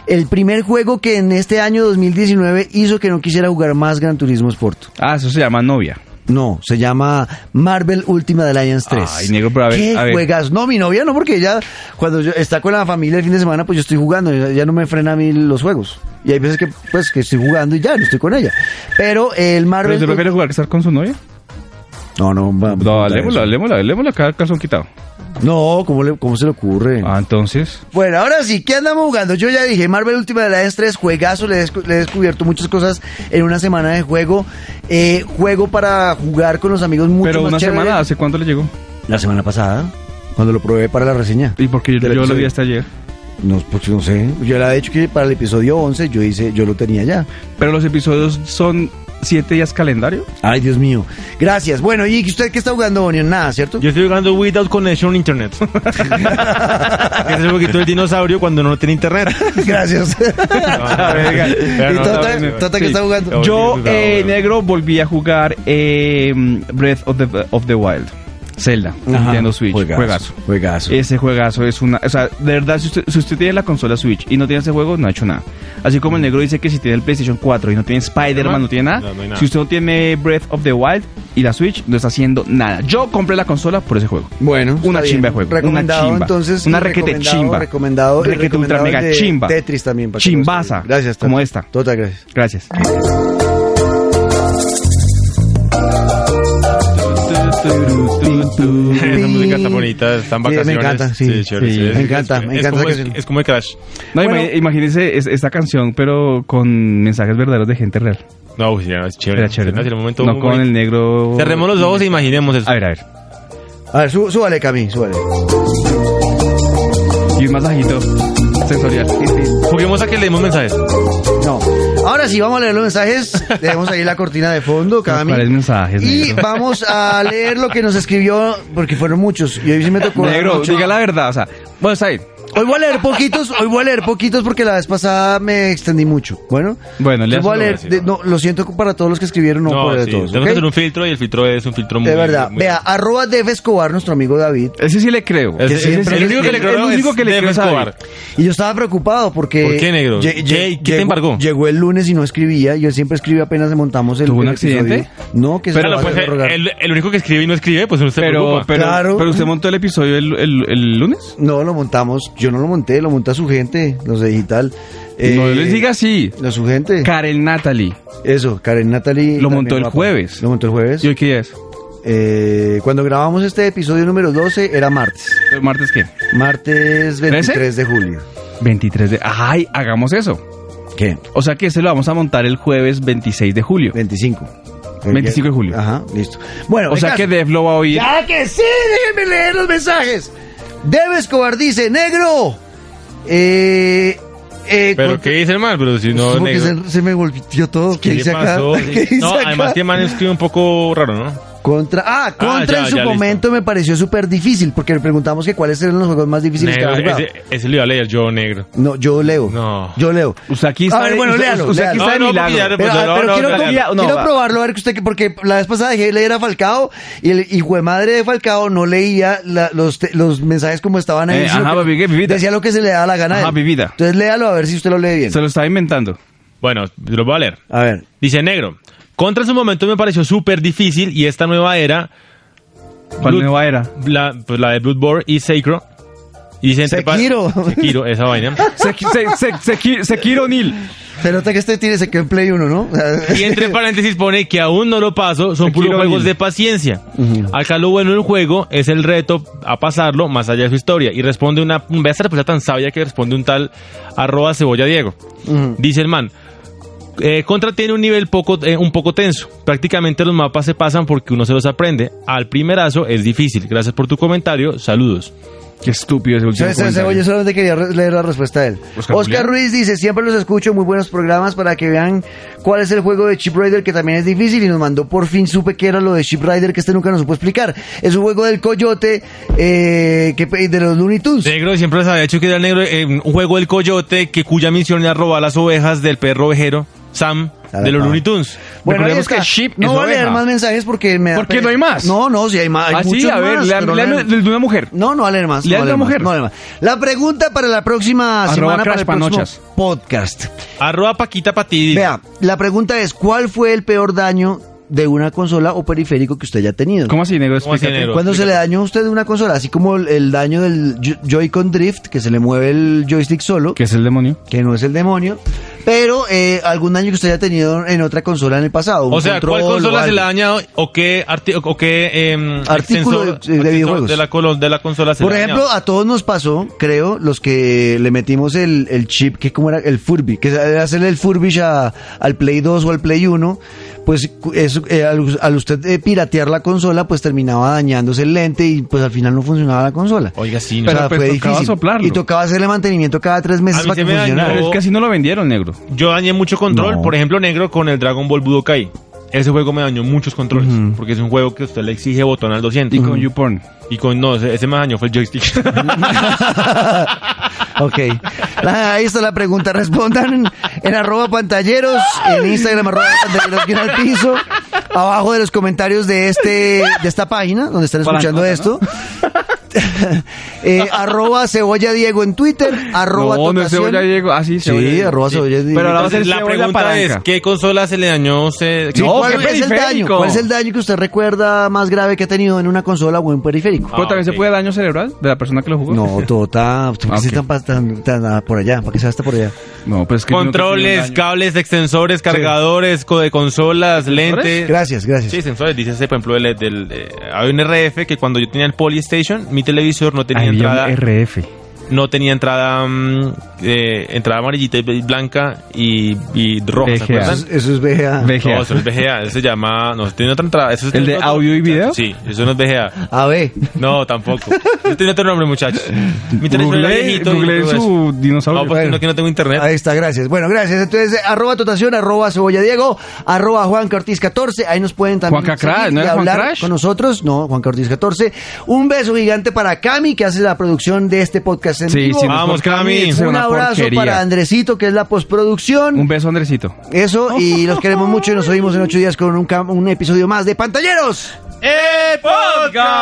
Speaker 1: El primer juego que en este año 2019 hizo que no quisiera jugar más Gran Turismo Sport.
Speaker 2: Ah, eso se llama novia.
Speaker 1: No, se llama Marvel Ultimate Alliance 3.
Speaker 2: Ay, negro, pero a ver,
Speaker 1: ¿Qué
Speaker 2: a ver.
Speaker 1: juegas? No, mi novia no, porque ella cuando yo- está con la familia el fin de semana, pues yo estoy jugando, ella ella no me frena a mí los juegos. Y hay veces que pues que estoy jugando y ya, no estoy con ella. Pero el
Speaker 2: ¿Pero
Speaker 1: Marvel
Speaker 2: usted prefiere jugar que estar con su novia?
Speaker 1: No, no, va-
Speaker 2: No, pues, halémosla, halémosla, halémosla, cada calzón quitado.
Speaker 1: No, ¿cómo, le- cómo se le ocurre?
Speaker 2: Ah, entonces...
Speaker 1: Bueno, ahora sí, ¿qué andamos jugando? Yo ya dije, Marvel Ultimate Alliance 3, juegazo, le he, descu- le he descubierto muchas cosas en una semana de juego. Eh, juego para jugar con los amigos mucho
Speaker 2: Pero
Speaker 1: más
Speaker 2: una
Speaker 1: chévere.
Speaker 2: semana, ¿hace cuánto le llegó?
Speaker 1: La semana pasada, cuando lo probé para la reseña.
Speaker 2: ¿Y porque yo,
Speaker 1: Del
Speaker 2: yo lo
Speaker 1: episodio.
Speaker 2: vi hasta ayer?
Speaker 1: No, pues, no sé. Yo le había dicho que para el episodio 11 yo hice, yo lo tenía ya.
Speaker 2: Pero los episodios son 7 días calendario.
Speaker 1: Ay, Dios mío. Gracias. Bueno, ¿y usted qué está jugando, Onion? Nada, ¿cierto?
Speaker 3: Yo estoy jugando Without Connection Internet. Ese es el poquito del dinosaurio cuando no tiene internet.
Speaker 1: Gracias.
Speaker 2: Ah, venga.
Speaker 1: ¿Y
Speaker 3: no,
Speaker 1: Tota,
Speaker 3: no, no.
Speaker 1: Tota qué
Speaker 3: Sí.
Speaker 1: está jugando?
Speaker 3: Oye,
Speaker 2: Yo,
Speaker 3: cuidado,
Speaker 2: eh,
Speaker 3: weón.
Speaker 2: negro, volví a jugar eh, Breath of the, of the Wild. Zelda, Nintendo Switch, juegazo.
Speaker 1: Juegazo.
Speaker 2: Ese juegazo es una... O sea, de verdad, si usted, si usted tiene la consola Switch y no tiene ese juego, no ha hecho nada. Así como el negro dice que si tiene el PlayStation 4 y no tiene Spider-Man, no tiene nada.
Speaker 3: No, no hay nada.
Speaker 2: Si usted no tiene Breath of the Wild y la Switch, no está haciendo nada. Yo compré la consola por ese juego.
Speaker 1: Bueno,
Speaker 2: Una
Speaker 1: está bien.
Speaker 2: chimba de juego.
Speaker 1: Recomendado,
Speaker 2: una chimba.
Speaker 1: entonces.
Speaker 2: Una
Speaker 1: y
Speaker 2: requete
Speaker 1: recomendado,
Speaker 2: chimba.
Speaker 1: Recomendado. y
Speaker 2: Requete ultra
Speaker 1: recomendado el
Speaker 2: mega
Speaker 1: de
Speaker 2: chimba.
Speaker 1: Tetris también. para que
Speaker 2: Chimbaza.
Speaker 1: lo- Gracias. Tota.
Speaker 2: Como esta.
Speaker 1: Tota, gracias.
Speaker 2: Gracias.
Speaker 3: Esa música está bonita, están
Speaker 1: Sí, me
Speaker 3: vacaciones.
Speaker 1: encanta, sí.
Speaker 3: chévere,
Speaker 1: Sí, me encanta, me
Speaker 3: es
Speaker 1: encanta
Speaker 3: como-
Speaker 1: esa
Speaker 3: es-
Speaker 1: canción.
Speaker 3: Es como el Crash.
Speaker 2: No,
Speaker 1: Bueno.
Speaker 2: ima- imagínense es- esta canción, pero con mensajes verdaderos de gente real.
Speaker 3: No, uy, ya, es chévere.
Speaker 2: Era chévere.
Speaker 3: No,
Speaker 2: No,
Speaker 3: es el momento
Speaker 2: No
Speaker 3: muy
Speaker 2: con
Speaker 3: bonito.
Speaker 2: el negro.
Speaker 3: Cerremos los ojos e imaginemos eso.
Speaker 2: A ver, a ver.
Speaker 1: A ver, sú- súbale, Cami, súbale.
Speaker 2: Y un masajito sensorial.
Speaker 3: Juguemos a que leemos mensajes.
Speaker 1: No. Ahora sí, vamos a leer los mensajes. Dejemos ahí la cortina de fondo, Cami.
Speaker 2: ¿Cuáles mensajes,
Speaker 1: Y
Speaker 2: negro?
Speaker 1: vamos a leer lo que nos escribió, porque fueron muchos. Y hoy sí me tocó.
Speaker 2: Negro,
Speaker 1: mucho.
Speaker 2: diga la verdad, o sea. Bueno, está bien.
Speaker 1: Hoy voy a leer poquitos, hoy voy a leer poquitos porque la vez pasada me extendí mucho. Bueno,
Speaker 2: Bueno,
Speaker 1: Entonces
Speaker 2: lea
Speaker 1: voy a
Speaker 2: solo
Speaker 1: leer.
Speaker 3: así,
Speaker 1: de- no, lo siento para todos los que escribieron, no, por
Speaker 3: sí,
Speaker 1: todos.
Speaker 3: tenemos
Speaker 1: ¿ok?
Speaker 3: que hacer un filtro y el filtro es un filtro muy...
Speaker 1: De verdad,
Speaker 3: muy-
Speaker 1: vea, arroba Def Escobar, nuestro amigo David.
Speaker 2: Ese sí le creo.
Speaker 3: Es- es-
Speaker 1: siempre-
Speaker 3: el único que le
Speaker 2: el
Speaker 3: creo
Speaker 2: único
Speaker 3: es
Speaker 2: que le
Speaker 3: Def
Speaker 2: creo es a
Speaker 3: Escobar.
Speaker 1: Y yo estaba preocupado porque.
Speaker 3: ¿Por qué, negro?
Speaker 1: Lle- lle-
Speaker 3: ¿Qué- qué te
Speaker 1: llegó-
Speaker 3: embargó?
Speaker 1: Llegó el lunes y no escribía. Yo siempre escribo apenas montamos el.
Speaker 2: ¿Tuvo un
Speaker 1: el episodio.
Speaker 2: accidente?
Speaker 1: No, que se
Speaker 3: Pero
Speaker 1: lo vas
Speaker 3: pues,
Speaker 1: a rogar.
Speaker 3: el, el único que escribe y no escribe, pues uno se
Speaker 2: Pero,
Speaker 3: preocupa.
Speaker 2: pero,
Speaker 1: Claro.
Speaker 2: pero usted montó el episodio el, el- el lunes.
Speaker 1: No, lo montamos. Yo no lo monté, lo monta su gente, los de digital. Eh,
Speaker 2: no les diga así.
Speaker 1: La su gente.
Speaker 2: Karen Natalie.
Speaker 1: Eso, Karen Natalie.
Speaker 2: Lo
Speaker 1: también
Speaker 2: montó el
Speaker 1: guapa.
Speaker 2: jueves.
Speaker 1: Lo montó el jueves.
Speaker 2: ¿Y hoy qué día es?
Speaker 1: Eh, cuando grabamos este episodio número 12 era martes.
Speaker 2: ¿Martes qué?
Speaker 1: Martes 23 de julio.
Speaker 2: 23 de... ¡Ay! Hagamos eso.
Speaker 1: ¿Qué?
Speaker 2: O sea que ese lo vamos a montar el jueves 26 de julio.
Speaker 1: 25.
Speaker 2: 25 de julio.
Speaker 1: Ajá, listo. Bueno,
Speaker 2: O sea que Def lo va a oír.
Speaker 1: ¡Ya que sí! ¡Déjenme leer los mensajes! Deb Escobar dice, negro. Eh, eh,
Speaker 3: ¿Pero
Speaker 1: con-
Speaker 3: qué dice el man? Pero si no,
Speaker 1: como que
Speaker 3: negro.
Speaker 1: se, se me volvió todo. ¿Qué,
Speaker 3: ¿Qué le
Speaker 1: hice acá?
Speaker 3: pasó?
Speaker 1: ¿Qué hice
Speaker 3: No,
Speaker 1: acá?
Speaker 3: además que el man escribe un poco raro, ¿no?
Speaker 1: Contra, ah, contra
Speaker 3: ya,
Speaker 1: en su
Speaker 3: ya, listo.
Speaker 1: momento me pareció súper difícil porque le preguntamos que cuáles eran los juegos más difíciles
Speaker 3: Negro,
Speaker 1: que había jugado.
Speaker 3: ese, ese lo iba a leer yo, negro.
Speaker 1: No, yo leo.
Speaker 3: No.
Speaker 1: Yo leo.
Speaker 2: Usted aquí
Speaker 1: A
Speaker 2: está
Speaker 1: ver,
Speaker 2: de-
Speaker 1: bueno,
Speaker 2: usted-
Speaker 1: léalo,
Speaker 2: usted aquí
Speaker 1: léalo.
Speaker 2: está de
Speaker 3: No, no,
Speaker 2: milagro.
Speaker 3: porque
Speaker 1: Pero,
Speaker 3: ya- Pues,
Speaker 1: ah,
Speaker 3: no,
Speaker 1: pero
Speaker 3: no,
Speaker 1: quiero,
Speaker 3: no,
Speaker 1: quiero-
Speaker 2: no, no,
Speaker 1: quiero
Speaker 2: va.
Speaker 1: probarlo a ver que usted que porque la vez pasada dejé de leer a Falcao y el hijo de madre de Falcao no leía la- los, te- los mensajes como estaban ahí.
Speaker 2: Eh,
Speaker 1: sino
Speaker 2: ajá,
Speaker 1: que
Speaker 2: baby, ¿qué? Vivida.
Speaker 1: Decía lo que se le daba la gana. a
Speaker 2: Ajá,
Speaker 1: él.
Speaker 2: vivida.
Speaker 1: Entonces léalo a ver si usted lo lee bien.
Speaker 2: Se lo estaba inventando.
Speaker 3: Bueno, lo voy a leer.
Speaker 1: A ver.
Speaker 3: Dice negro. Contra en su momento me pareció súper difícil y esta nueva era,
Speaker 2: ¿Cuál
Speaker 3: Blood-
Speaker 2: nueva era?
Speaker 3: la, pues, la de Bloodborne y Sacro. Y dice entre pa-
Speaker 1: Sekiro.
Speaker 3: Sekiro, esa vaina.
Speaker 2: Seki- Se- Se- Seki- Sekiro Neal.
Speaker 1: Se nota que este tiene ese que en Play 1, ¿no?
Speaker 3: Y entre paréntesis pone que aún no lo paso, son puros
Speaker 2: Sekiro Neal.
Speaker 3: juegos de paciencia. Acá lo bueno del juego es el reto a pasarlo más allá de su historia. Y responde una, vea esa respuesta tan sabia que responde un tal arroba cebolla Diego.
Speaker 1: Ujú.
Speaker 3: Dice el man. eh, Contra tiene un nivel poco, eh, un poco tenso. Prácticamente los mapas se pasan porque uno se los aprende. Al primerazo es difícil. Gracias por tu comentario. Saludos.
Speaker 2: Qué estúpido ese último
Speaker 1: Se- se- se-
Speaker 2: comentario.
Speaker 1: yo solamente quería re- leer la respuesta de él.
Speaker 2: Oscar
Speaker 1: Oscar,
Speaker 2: Julián.
Speaker 1: Ruiz dice, siempre los escucho, muy buenos programas para que vean cuál es el juego de Chip Rider que también es difícil y nos mandó por fin supe que era lo de Chip Rider que este nunca nos supo explicar. Es un juego del coyote eh, que, pe- de los Looney Tunes.
Speaker 3: Negro siempre se había hecho que era el negro. eh, un juego del coyote que cuya misión era robar las ovejas del perro ovejero Sam
Speaker 1: Claro,
Speaker 3: de los
Speaker 1: no.
Speaker 3: Looney Tunes.
Speaker 1: Bueno, ahí
Speaker 2: Recordemos que
Speaker 1: está.
Speaker 2: Chip es
Speaker 1: no voy a leer
Speaker 2: oveja.
Speaker 1: más mensajes porque me da
Speaker 2: ¿Por qué
Speaker 1: pena.
Speaker 2: no hay más?
Speaker 1: No, no, sí hay más. hay
Speaker 2: Ah, sí,
Speaker 1: muchos
Speaker 2: a ver,
Speaker 1: más,
Speaker 2: lea-
Speaker 1: pero
Speaker 2: lea
Speaker 1: no
Speaker 2: el
Speaker 1: hay-
Speaker 2: de una mujer.
Speaker 1: No, no va a leer más.
Speaker 2: Lea
Speaker 1: no va
Speaker 2: el de
Speaker 1: leer
Speaker 2: la
Speaker 1: más,
Speaker 2: mujer.
Speaker 1: no va a leer más. La pregunta para la próxima
Speaker 2: Arroba
Speaker 1: semana, para
Speaker 2: Crash
Speaker 1: el próximo
Speaker 2: Panochas.
Speaker 1: podcast.
Speaker 3: Arroba Paquita Pati.
Speaker 1: Vea, la pregunta es, ¿cuál fue el peor daño de una consola o periférico que usted haya tenido?
Speaker 2: ¿Cómo así, negro?
Speaker 3: ¿Cómo así,
Speaker 2: Explícate.
Speaker 3: negro?
Speaker 1: Cuando se le dañó a usted una consola, así como el, el daño del Yo- Joy-Con Drift, que se le mueve el joystick solo,
Speaker 2: ¿Qué es el demonio?
Speaker 1: que no es el demonio, pero eh, algún daño que usted haya tenido en otra consola en el pasado. un
Speaker 3: O sea,
Speaker 1: control
Speaker 3: ¿cuál
Speaker 1: o
Speaker 3: consola se
Speaker 1: algo.
Speaker 3: le ha dañado o qué, arti- o qué em,
Speaker 1: Artículo de- de
Speaker 3: extensor
Speaker 1: videojuegos.
Speaker 3: de la, colo- de la consola se
Speaker 1: Por
Speaker 3: le ha
Speaker 1: ejemplo,
Speaker 3: dañado?
Speaker 1: a todos nos pasó, creo, los que le metimos el, el chip, que como era el Furby, que era hacerle el Furby a, al Play 2 o al Play 1, pues cu- eso, eh, al, al usted eh, piratear la consola, pues terminaba dañándose el lente y pues al final no funcionaba la consola.
Speaker 3: Oiga, sí,
Speaker 2: Pero, pues, tocaba soplarlo.
Speaker 1: Y tocaba hacerle mantenimiento cada tres
Speaker 3: A
Speaker 1: meses
Speaker 3: mí
Speaker 1: para
Speaker 3: se
Speaker 1: que
Speaker 3: me dañó.
Speaker 1: funcionara.
Speaker 2: Pero es que así no lo vendieron, negro.
Speaker 3: Yo dañé mucho control,
Speaker 1: No.
Speaker 3: por ejemplo, negro con el Dragon Ball Budokai. Ese juego me dañó muchos controles, porque es un juego que usted le exige botón al 200.
Speaker 2: Y con YouPorn.
Speaker 3: Y con- no, ese, ese me dañó fue el joystick.
Speaker 1: Ok. La- Ahí está la pregunta. Respondan en, en arroba pantalleros, en Instagram arroba pantalleros guión al piso, abajo de los comentarios de este de esta página donde están escuchando esto.
Speaker 2: Palancota,
Speaker 1: Eh, arroba cebolla Diego en Twitter, arroba
Speaker 2: no, no es
Speaker 1: tocación.
Speaker 2: cebolla Diego. Ah, sí,
Speaker 1: Sí,
Speaker 2: cebolla Diego.
Speaker 1: arroba cebolla Diego.
Speaker 2: Pero ahora va a ser
Speaker 3: Entonces, la
Speaker 2: cebolla
Speaker 3: pregunta es,
Speaker 2: palanca.
Speaker 3: ¿qué consola se le dañó? Se-
Speaker 1: Sí,
Speaker 2: No,
Speaker 1: ¿cuál,
Speaker 2: oh, qué
Speaker 1: es el daño?
Speaker 2: periférico.
Speaker 1: ¿Cuál es el daño que usted recuerda más grave que ha tenido en una consola o en un periférico?
Speaker 2: ¿Pero
Speaker 3: Ah,
Speaker 2: también se
Speaker 3: ok.
Speaker 2: puede daño cerebral de la persona que lo jugó?
Speaker 1: No, todo está... ¿Por qué se
Speaker 2: Ok.
Speaker 1: están pa- tan- tan- ah, por allá? ¿Por qué se va hasta por allá?
Speaker 2: No, pues es que yo no te tengo
Speaker 3: Controles,
Speaker 2: un daño.
Speaker 3: cables, extensores, cargadores, co- de consolas, lentes.
Speaker 1: Gracias, gracias.
Speaker 3: Sí, sensores. Dice, ese, por ejemplo, el, del, eh, hay un RF que cuando yo tenía el Polystation, mi televisor no tenía
Speaker 2: Ay, había un
Speaker 3: entrada,
Speaker 2: RF.
Speaker 3: no tenía entrada, mm, eh, entrada amarillita y blanca y, y roja, ¿se
Speaker 2: VGA.
Speaker 3: acuerdan?
Speaker 1: Eso, eso es VGA.
Speaker 2: VGA.
Speaker 3: No, eso no es VGA, eso se llama, no, eso tiene otra entrada. Eso tiene
Speaker 2: de
Speaker 3: otro-
Speaker 2: audio y video?
Speaker 3: Sí, eso no es VGA.
Speaker 1: A ver.
Speaker 3: No, tampoco. Eso tiene otro nombre, muchachos. Mi televisor era
Speaker 2: Google,
Speaker 3: viejito y
Speaker 2: Google
Speaker 3: todo eso.
Speaker 2: su dinosaurio.
Speaker 3: No, pues no, que no tengo
Speaker 2: Eh.
Speaker 3: internet.
Speaker 1: Ahí está, gracias. Bueno, gracias. Entonces, eh, arroba totación, arroba cebolla Diego, arroba Juan Ortiz 14. Ahí nos pueden también
Speaker 2: Juanca
Speaker 1: seguir
Speaker 2: Crash, ¿no
Speaker 1: y
Speaker 2: era Juan
Speaker 1: hablar
Speaker 2: Crash?
Speaker 1: con nosotros. No, Juan Ortiz 14. Un beso gigante para Cami, que hace la producción de este podcast en
Speaker 2: Sí,
Speaker 1: vivo.
Speaker 2: sí,
Speaker 3: no- Vamos, Cami.
Speaker 2: Cami.
Speaker 3: es
Speaker 1: Un abrazo para Andresito, que es la postproducción.
Speaker 2: Un beso, Andresito.
Speaker 1: Eso, y los queremos mucho y nos oímos en ocho días con un, cam- un episodio más de Pantalleros.
Speaker 3: ¡Eh, podcast!